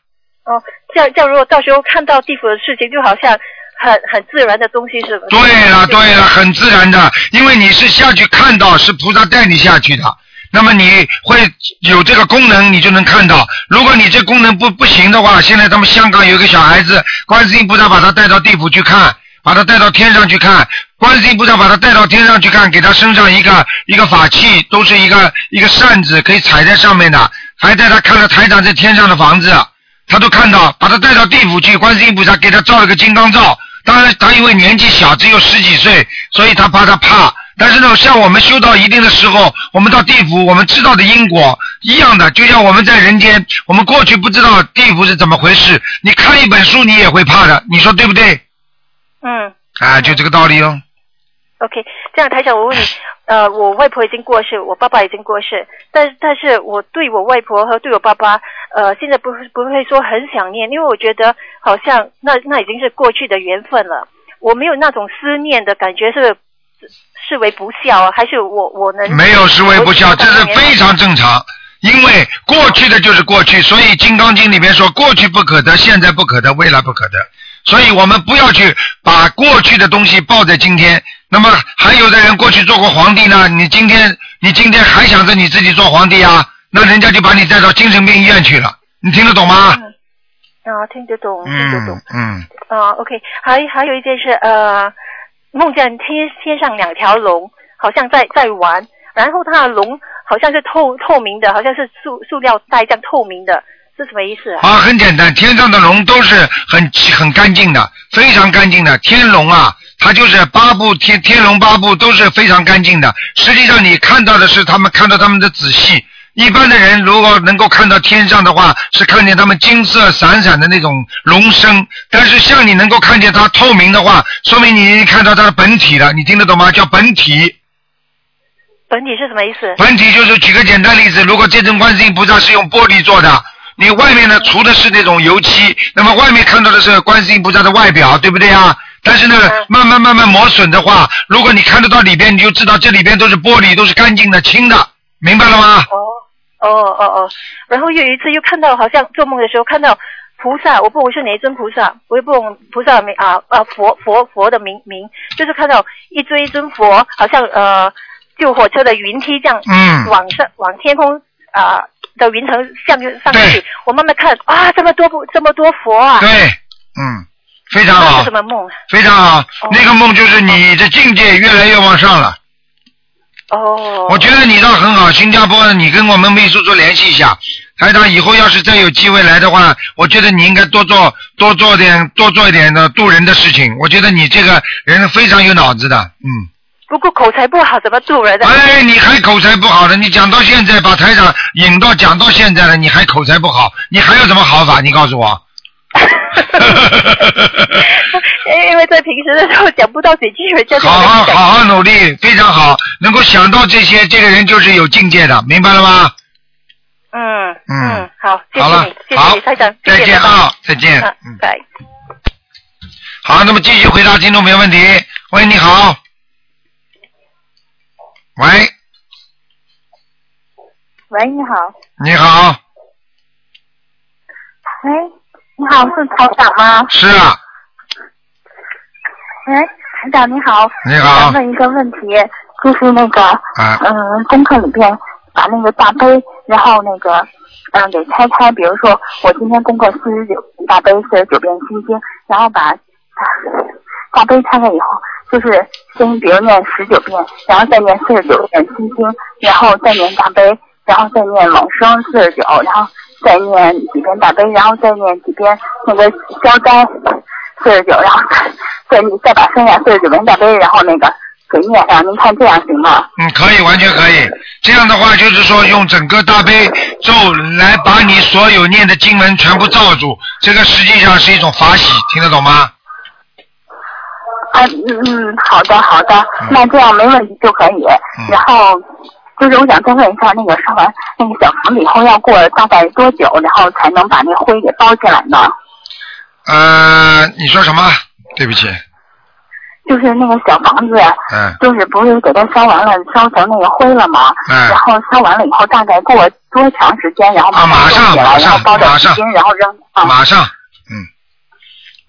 O: 哦，这样这样，如果到时候看到地府的事情，就好像很很自然的东西是吧？
B: 对啊了对了，很自然的，因为你是下去看到，是菩萨带你下去的。那么你会有这个功能，你就能看到。如果你这功能不不行的话，现在他们香港有一个小孩子，观世音菩萨把他带到地府去看，把他带到天上去看，观世音菩萨把他带到天上去看，给他身上一个一个法器，都是一个一个扇子，可以踩在上面的，还带他看了台长在天上的房子，他都看到，把他带到地府去，观世音菩萨给他照了个金刚罩。当然，他因为年纪小，只有十几岁，所以他怕他怕。但是呢，像我们修到一定的时候，我们到地府，我们知道的因果一样的，就像我们在人间，我们过去不知道地府是怎么回事，你看一本书你也会怕的，你说对不对？
O: 嗯。
B: 啊，就这个道理哦。
O: OK，这样台长， 我问你，呃，我外婆已经过世，我爸爸已经过世，但但是我对我外婆和对我爸爸，呃，现在不不会说很想念，因为我觉得好像那那已经是过去的缘分了，我没有那种思念的感觉是，视为不孝啊，还是我我能
B: 没有是为不孝，这是非常正常。因为过去的就是过去，所以《金刚经》里面说过去不可得，现在不可得，未来不可得。所以我们不要去把过去的东西抱在今天。那么还有的人过去做过皇帝呢，你今天你今天还想着你自己做皇帝啊？那人家就把你带到精神病医院去了，你听得懂吗？
O: 啊，听得懂，听得懂
B: 嗯。嗯，
O: 啊，OK，还还有一件事，呃，梦见天天上两条龙，好像在在玩，然后它的龙好像是透透明的，好像是塑塑料袋这样透明的，是什么意思啊？
B: 啊，很简单，天上的龙都是很很干净的，非常干净的。天龙啊，它就是八部天天龙八部都是非常干净的。实际上你看到的是他们看到他们的仔细。一般的人如果能够看到天上的话，是看见他们金色闪闪的那种龙身。但是像你能够看见它透明的话，说明你已经看到它的本体了。你听得懂吗？叫本体。
O: 本体是什么意思？
B: 本体就是举个简单例子，如果这尊观世音菩萨是用玻璃做的，你外面呢涂的是那种油漆，那么外面看到的是观世音菩萨的外表，对不对啊？但是呢，
O: 嗯
B: 慢慢慢慢磨损的话，如果你看得到里边，你就知道这里边都是玻璃，都是干净的、清的，明白了吗？
O: 哦哦哦，然后又有一次又看到，好像做梦的时候看到菩萨，我不懂是哪一尊菩萨，我也不懂菩萨的名啊啊佛佛佛的名名，就是看到一尊一尊佛，好像呃救火车的云梯这样，
B: 嗯
O: 往上往天空啊、的云层下面上去，我慢慢看啊这么多不这么多佛啊，
B: 对，嗯，非常
O: 那是
B: 好
O: 什，么梦？
B: 非常好。那个梦就是你的境界越来越往上了。
O: 哦。
B: 我觉得你倒很好，新加坡，你跟我们秘书处联系一下。台长，以后要是再有机会来的话，我觉得你应该多做多做点多做一点的渡人的事情。我觉得你这个人非常有脑子的，嗯。
O: 不过口才不好怎么渡人啊呢？
B: 哎，你还口才不好的，你讲到现在把台长引到讲到现在了，你还口才不好，你还有什么好法？你告诉我。
O: 因为在平时的时候讲不到几句，人家就
B: 好好
O: 讲
B: 好好努力，非常好，能够想到这些，这个人就是有境界的，明白了吗？
O: 嗯
B: 嗯，
O: 好，谢
B: 好
O: 谢
B: 了
O: 你，谢谢
B: 好
O: 你，台长，谢
B: 再
O: 谢
B: 见
O: 拜拜
B: 啊再见
O: 啊
B: 嗯
O: 拜。
B: 好，那么继续回答听众朋友问题。喂，你好。喂，
P: 喂，你好。
B: 你好，哎
P: 喂，你好，是台长吗？
B: 是啊，
P: 喂，台长你好。
B: 你好
P: 我想问一个问题，就是那个，
B: 啊
P: 嗯、功课里边把那个大悲，然后那个，嗯、给拆开，比如说我今天功课四十九大悲，四十九遍心经，然后把、大悲拆开以后，就是先比如念十九遍，然后再念四十九遍心经，然后再念大悲，然后再念往生四十九，然后再念几遍大悲，然后再念几遍那个消灾四十九，然后再再再把剩下四十九遍大悲，然后那个
E: 给念上，您看这样行吗？
B: 嗯，可以，完全可以。这样的话，就是说用整个大悲咒来把你所有念的经文全部罩住，这个实际上是一种法喜，听得懂吗？
E: 啊，嗯嗯，好的好的，那这样没问题就可以。然后就是我想再问一下，那个烧完那个小房子以后要过大概多久，然后才能把那灰给包起来呢？
B: 呃，你说什么？对不起，
E: 就是那个小房子，
B: 嗯，
E: 就是不是给它烧完了，烧成那个灰了吗？
B: 嗯
E: 然后烧完了以后，大概过多长时间，然后
B: 啊，马
E: 包
B: 上
E: 起来
B: 马
E: 然后
B: 上
E: 包点
B: 马
E: 纸
B: 上
E: 巾，然后扔。啊
B: 马上，嗯，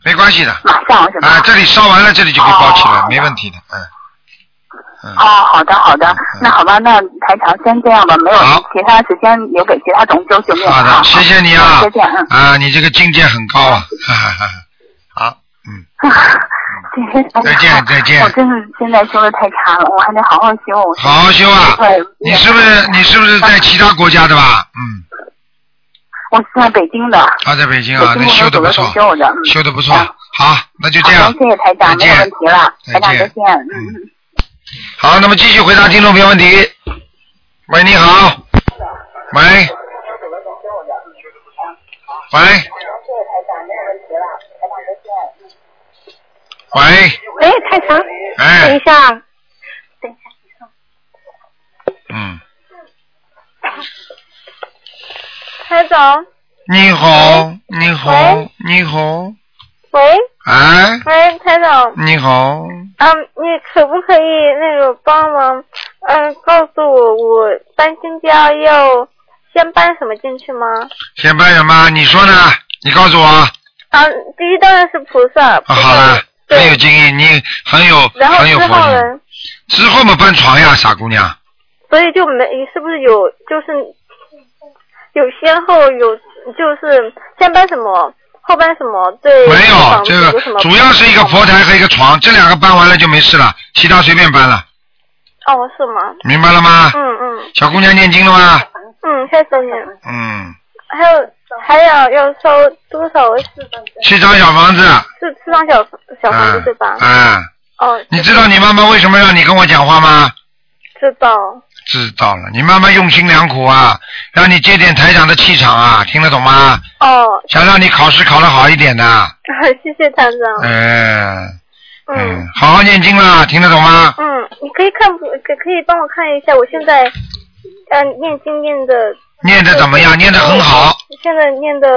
B: 没关系的。
E: 马上是吧？
B: 啊，这里烧完了，这里就可以包起来，没问题的，嗯。
E: 哦，好的好的，那好吧，那台长先这样吧，没有其他时间留给其他同修就没有
B: 好的，谢谢你啊
E: 再见啊，
B: 啊，你这个境界很高 啊，哈哈哈哈。好，再见嗯再见
E: 我真是现在修的太差了，我还得好好哎修。我
B: 好好修啊
E: 对，
B: 你是不是你是不是在其他国家的吧？嗯，
E: 啊我是在北京的，
B: 他在北京啊，
E: 北
B: 那
E: 京
B: 修
E: 我
B: 的
E: 走
B: 不
E: 了
B: 错，
E: 修的，嗯
B: 修的不错。
L: 啊
B: 好，那就这
E: 好
B: 样。
E: 谢谢台长，
B: 再
E: 没有
B: 见
E: 问题了，台长
B: 再
E: 再
B: 见
E: 见，嗯。
B: 好，那么继续回答听众朋友问题。喂，你好。喂。喂喂，
Q: 喂，台长，
B: 哎
Q: 等一下，啊等一下，
B: 嗯，
Q: 台长，
B: 你好，你好，你好，
Q: 喂，
B: 哎，
Q: 喂，台长，
B: 你好，
Q: 嗯，你可不可以那个帮忙，嗯，告诉我我搬新家要先搬什么进去吗？
B: 先办什么？你说呢？你告诉我啊。
Q: 啊，第一当然是菩萨，
B: 啊好了，很有经验，你很有
Q: 然后
B: 很有
Q: 之
B: 活
Q: 后
B: 力。
Q: 呢，
B: 之后嘛，搬床呀，傻姑娘。
Q: 所以就没是不是有就是有先后有就是先搬什么后搬什么对
B: 没
Q: 房
B: 有，
Q: 子
B: 这个
Q: 嗯有什么
B: 主要是一个
Q: 不同
B: 佛台和一个床，这两个搬完了就没事了，其他随便搬了。
Q: 哦是吗？
B: 明白了吗
Q: 嗯嗯
B: 小姑娘念经了吗？
Q: 嗯，开始念。
B: 嗯，
Q: 还有还有要收多少个四
B: 七张小房子。
Q: 是四张小小房子、对吧？
B: 啊、
Q: 哦，
B: 你知道你妈妈为什么让你跟我讲话吗？
Q: 知道
B: 知道了，你妈妈用心良苦啊，让你接点台长的气场啊，听得懂吗？
Q: 哦，
B: 想让你考试考得好一点的、
Q: 谢谢团长。
B: 嗯，
Q: 嗯，
B: 好好念经啦，听得懂吗？
Q: 嗯，你可以看不可可以帮我看一下，我现在嗯、呃念经念的
B: 念的怎么
Q: 嗯
B: 样？念的很好，。
Q: 现在念的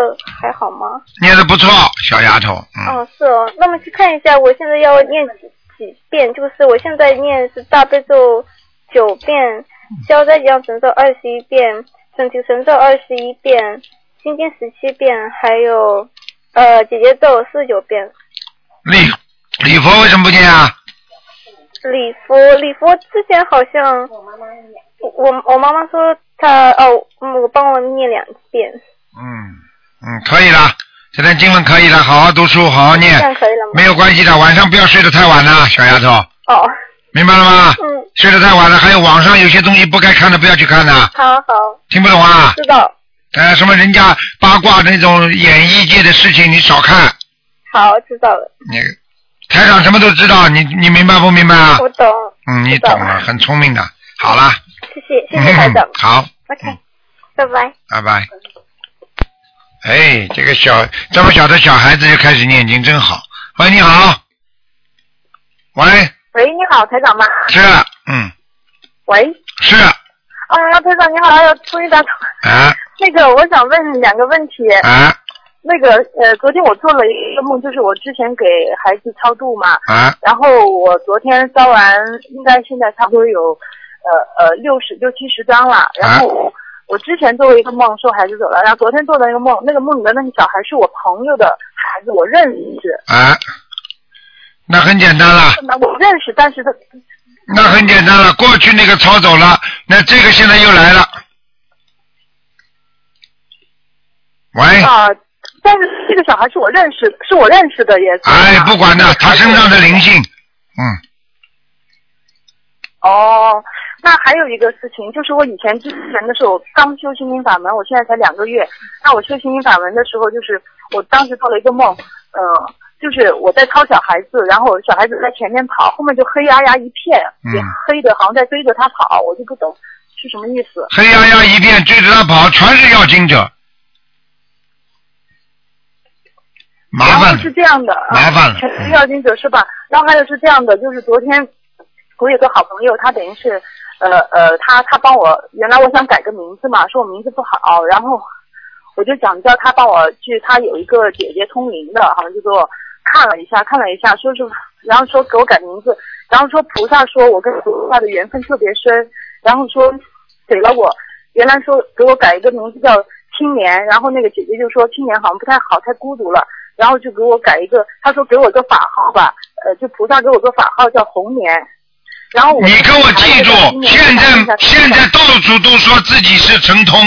Q: 还好吗？
B: 念的不错，小丫头，嗯，
Q: 哦，是哦。那么去看一下，我现在要念几几遍？就是我现在念是大悲咒九遍，消灾吉祥神咒二十一遍，准提神咒二十一遍，心经十七遍，还有呃姐姐咒四十九遍。
B: 礼礼佛为什么不念啊？
Q: 礼佛，礼佛之前好像我我我妈妈说她哦，嗯我帮我念两遍，
B: 嗯嗯，可以了，这段经文可以了，好好读书，好好念
Q: 这，样可以了吗？
B: 没有关系的，晚上不要睡得太晚了，小丫头，
Q: 哦，
B: 明白了吗？
Q: 嗯，
B: 睡得太晚了，还有网上有些东西不该看的不要去看的，
Q: 好好，
B: 听不懂啊？
Q: 知道，
B: 呃，什么人家八卦那种演艺界的事情你少看，
Q: 好知道了，
B: 你台长什么都知道，你你明白不明白啊？
Q: 我懂，
B: 嗯，你懂了，很聪明的。好了，，
Q: 谢谢谢谢台长
B: 好，
Q: ，OK，拜拜。
B: 拜拜。哎，这个小这么小的小孩子就开始念经，真好。喂，你好。喂，
L: 喂，你好，台长吗？
B: 是，嗯，
L: 喂。
B: 是
L: 啊，台长你好，哎呦，终于打通。
B: 啊
L: 那个，我想问两个问题。
B: 啊
L: 那个，呃，昨天我做了一个梦，就是我之前给孩子超度嘛，
B: 啊
L: 然后我昨天烧完，应该现在差不多有，呃呃六十六七十张了。然后我我之前做过一个梦，说孩子走了，然后昨天做的一个梦，那个梦里的那个小孩是我朋友的孩子，我认识。
B: 啊，那很简单了，
L: 我认识，但是他
B: 那很简单了。过去那个抄走了，那这个现在又来了。喂，
Q: 哦
L: 啊，但是这个小孩是我认识，是我认识的也。
B: 哎，不管了，他身上的灵性，
L: 哦，那还有一个事情，就是我以前之前的时候刚修心灵法门，我现在才两个月。那我修心灵法门的时候，就是我当时做了一个梦，呃，
E: 就是我在操小孩子，然后小孩子在前面跑，后面就黑压压一片，
B: 嗯
E: 也黑的，好像在追着他跑，我就不懂是什么意思。
B: 黑压压一片追着他跑，全是要经者，麻
E: 然
B: 烦
E: 后是这样的，啊
B: 麻烦了
E: 全是要经者是吧？然后还有是这样的，就是昨天我有个好朋友，他等于是，呃呃，他他帮我，原来我想改个名字嘛，说我名字不好，然后我就想叫他帮我去，他有一个姐姐通灵的，好像就给我看了一下，看了一下，说是，然后说给我改名字，然后说菩萨说我跟菩萨的缘分特别深，然后说给了我，原来说给我改一个名字叫青莲，然后那个姐姐就说青莲好像不太好，太孤独了，然后就给我改一个，她说给我个法号吧，呃，就菩萨给我个法号叫红莲，然后我
B: 你给我记住
E: 还有一，个
B: 现
E: 青莲
B: 在现在到处都说自己是神通，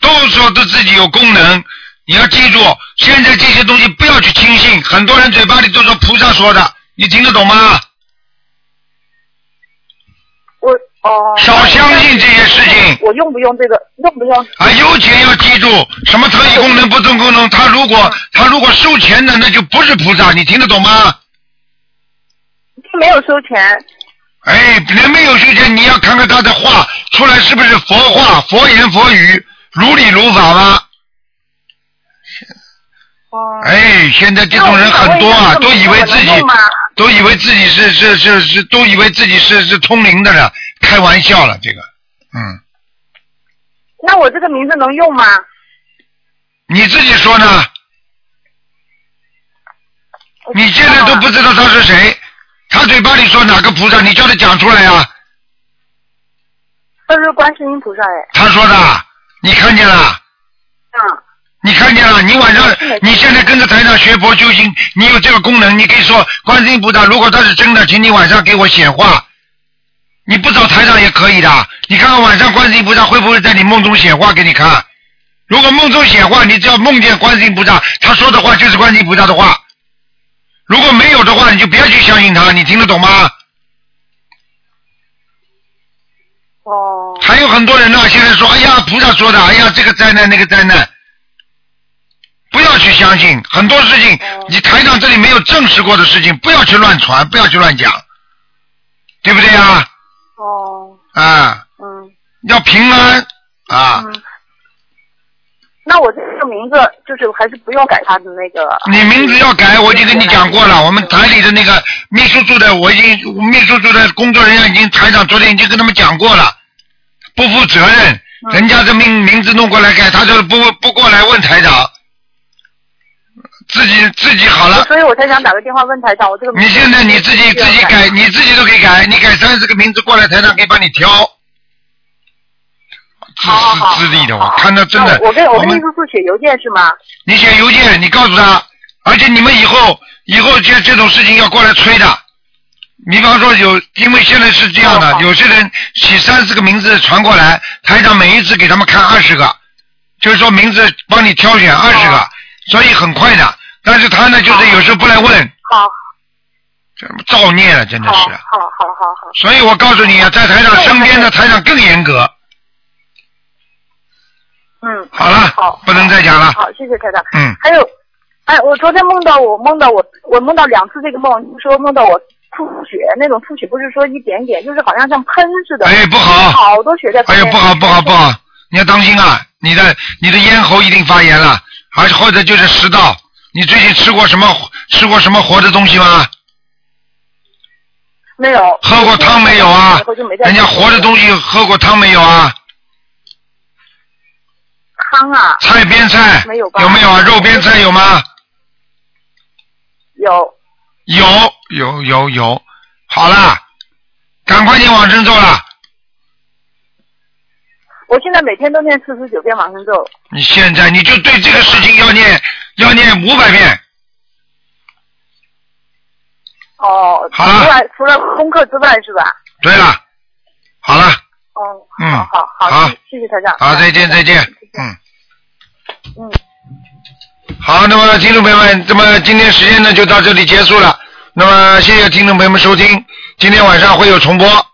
B: 都说都自己有功能。你要记住，现在这些东西不要去轻信，很多人嘴巴里都说菩萨说的，你听得懂吗？
E: 我哦，
B: 少相信这些事情。
E: 我用不用这个？用不用？
B: 啊，有钱要记住，什么特异功能、不正功能，他如
E: 嗯
B: 果他如果收钱的，那就不是菩萨，你听得懂吗？
E: 没有收钱。
B: 哎，人没有修钱，你要看看他的话出来是不是佛话、佛言佛语、如理如法吗？哎，现在这种人很多啊，都以为自己都以为自己是是是是，都以为自己是是通灵的了，开玩笑了，这个，嗯，
E: 那我这个名字能用吗？
B: 你自己说呢？你现在都不知道啊他是谁，他嘴巴里说哪个菩萨，你叫他讲出来啊呀、
E: 那
N: 呃
E: 是观世音菩萨哎。
B: 他说的，你看见了？
E: 嗯。
B: 你看见了？你晚上，你现在跟着台上学佛修行，你有这个功能，你可以说观世音菩萨，如果他是真的，请你晚上给我显化。你不找台上也可以的，你看看晚上观世音菩萨会不会在你梦中显化给你看？如果梦中显化，你只要梦见观世音菩萨，他说的话就是观世音菩萨的话。如果没有的话，你就别去相信他，你听得懂吗？还有很多人呢、现在说，哎呀，菩萨说的，哎呀，这个灾难那个灾难，不要去相信。很多事情，你台长这里没有证实过的事情，不要去乱传，不要去乱讲，对不对呀？哦。啊。
E: 嗯。
B: 要平安啊！
E: 那我这个名字就是还是不用改他的那个。
B: 你名字要改，我已经跟你讲 过了。我们台里的那个秘书处的，我已经秘书处的工作人员已经台长昨天已经跟他们讲过了，不负责任，
E: 嗯
B: 人家这名名字弄过来改，他就是不不过来问台长，自己自己好了。
E: 所以我才想打个电话问台长，我这个名
B: 你
E: 字
B: 现在你自己自己改，你自己都可以改，你改三十个名字过来，台长可以帮你挑。自私自利的，我看到真的
E: 那。我跟我跟
B: 们
E: 秘书处写邮件是吗？
B: 你写邮件，你告诉他，而且你们以后以后这这种事情要过来催的。比方说有，因为现在是这
E: 哦
B: 样的，有些人起三四个名字传过来，台长每一次给他们看二十个，就是说名字帮你挑选二十个，
E: 哦
B: 所以很快的。但是他呢，就是有时候不来问，
E: 哦好，
B: 这造孽了，真的是。啊
E: 好，好，好，好。
B: 所以我告诉你啊，在台长身边的台长更严格。
E: 嗯。
B: 好了
E: 好，
B: 不能再讲了
E: 好，谢谢台长。
B: 嗯
E: 还有，哎，我昨天梦到我梦到我我梦到两次这个梦，就是说梦到我吐血，那种吐血不是说一点点，就是好像像喷似的。
B: 哎不好
E: 好多血在旁
B: 哎呀，
E: 边。
B: 不好不好不好，你要当心啊！你的你的咽喉一定发炎了，而或者就是食道。你最近吃过什么吃过什么活的东西吗？
E: 没有。
B: 喝过汤没有啊
E: 以后就没？再
B: 人家活的东西喝过汤没有啊？
E: 汤啊。
B: 菜边菜
E: 没有吧？
B: 有没有啊？肉边菜有吗？
E: 有。
B: 有有有有，好啦，赶快念往生咒啦！
E: 我现在每天都念四十九遍往生咒。
B: 你现在你就对这个事情要念要念五百遍，
E: 哦，除了除了功课之外是吧？
B: 对了，好了，
E: 哦，
B: 嗯，
E: 好好
B: 好
E: 谢谢台嗯长。
B: 好，再见再见，嗯。好，那么听众朋友们，那么今天时间呢就到这里结束了。那么谢谢听众朋友们收听，今天晚上会有重播。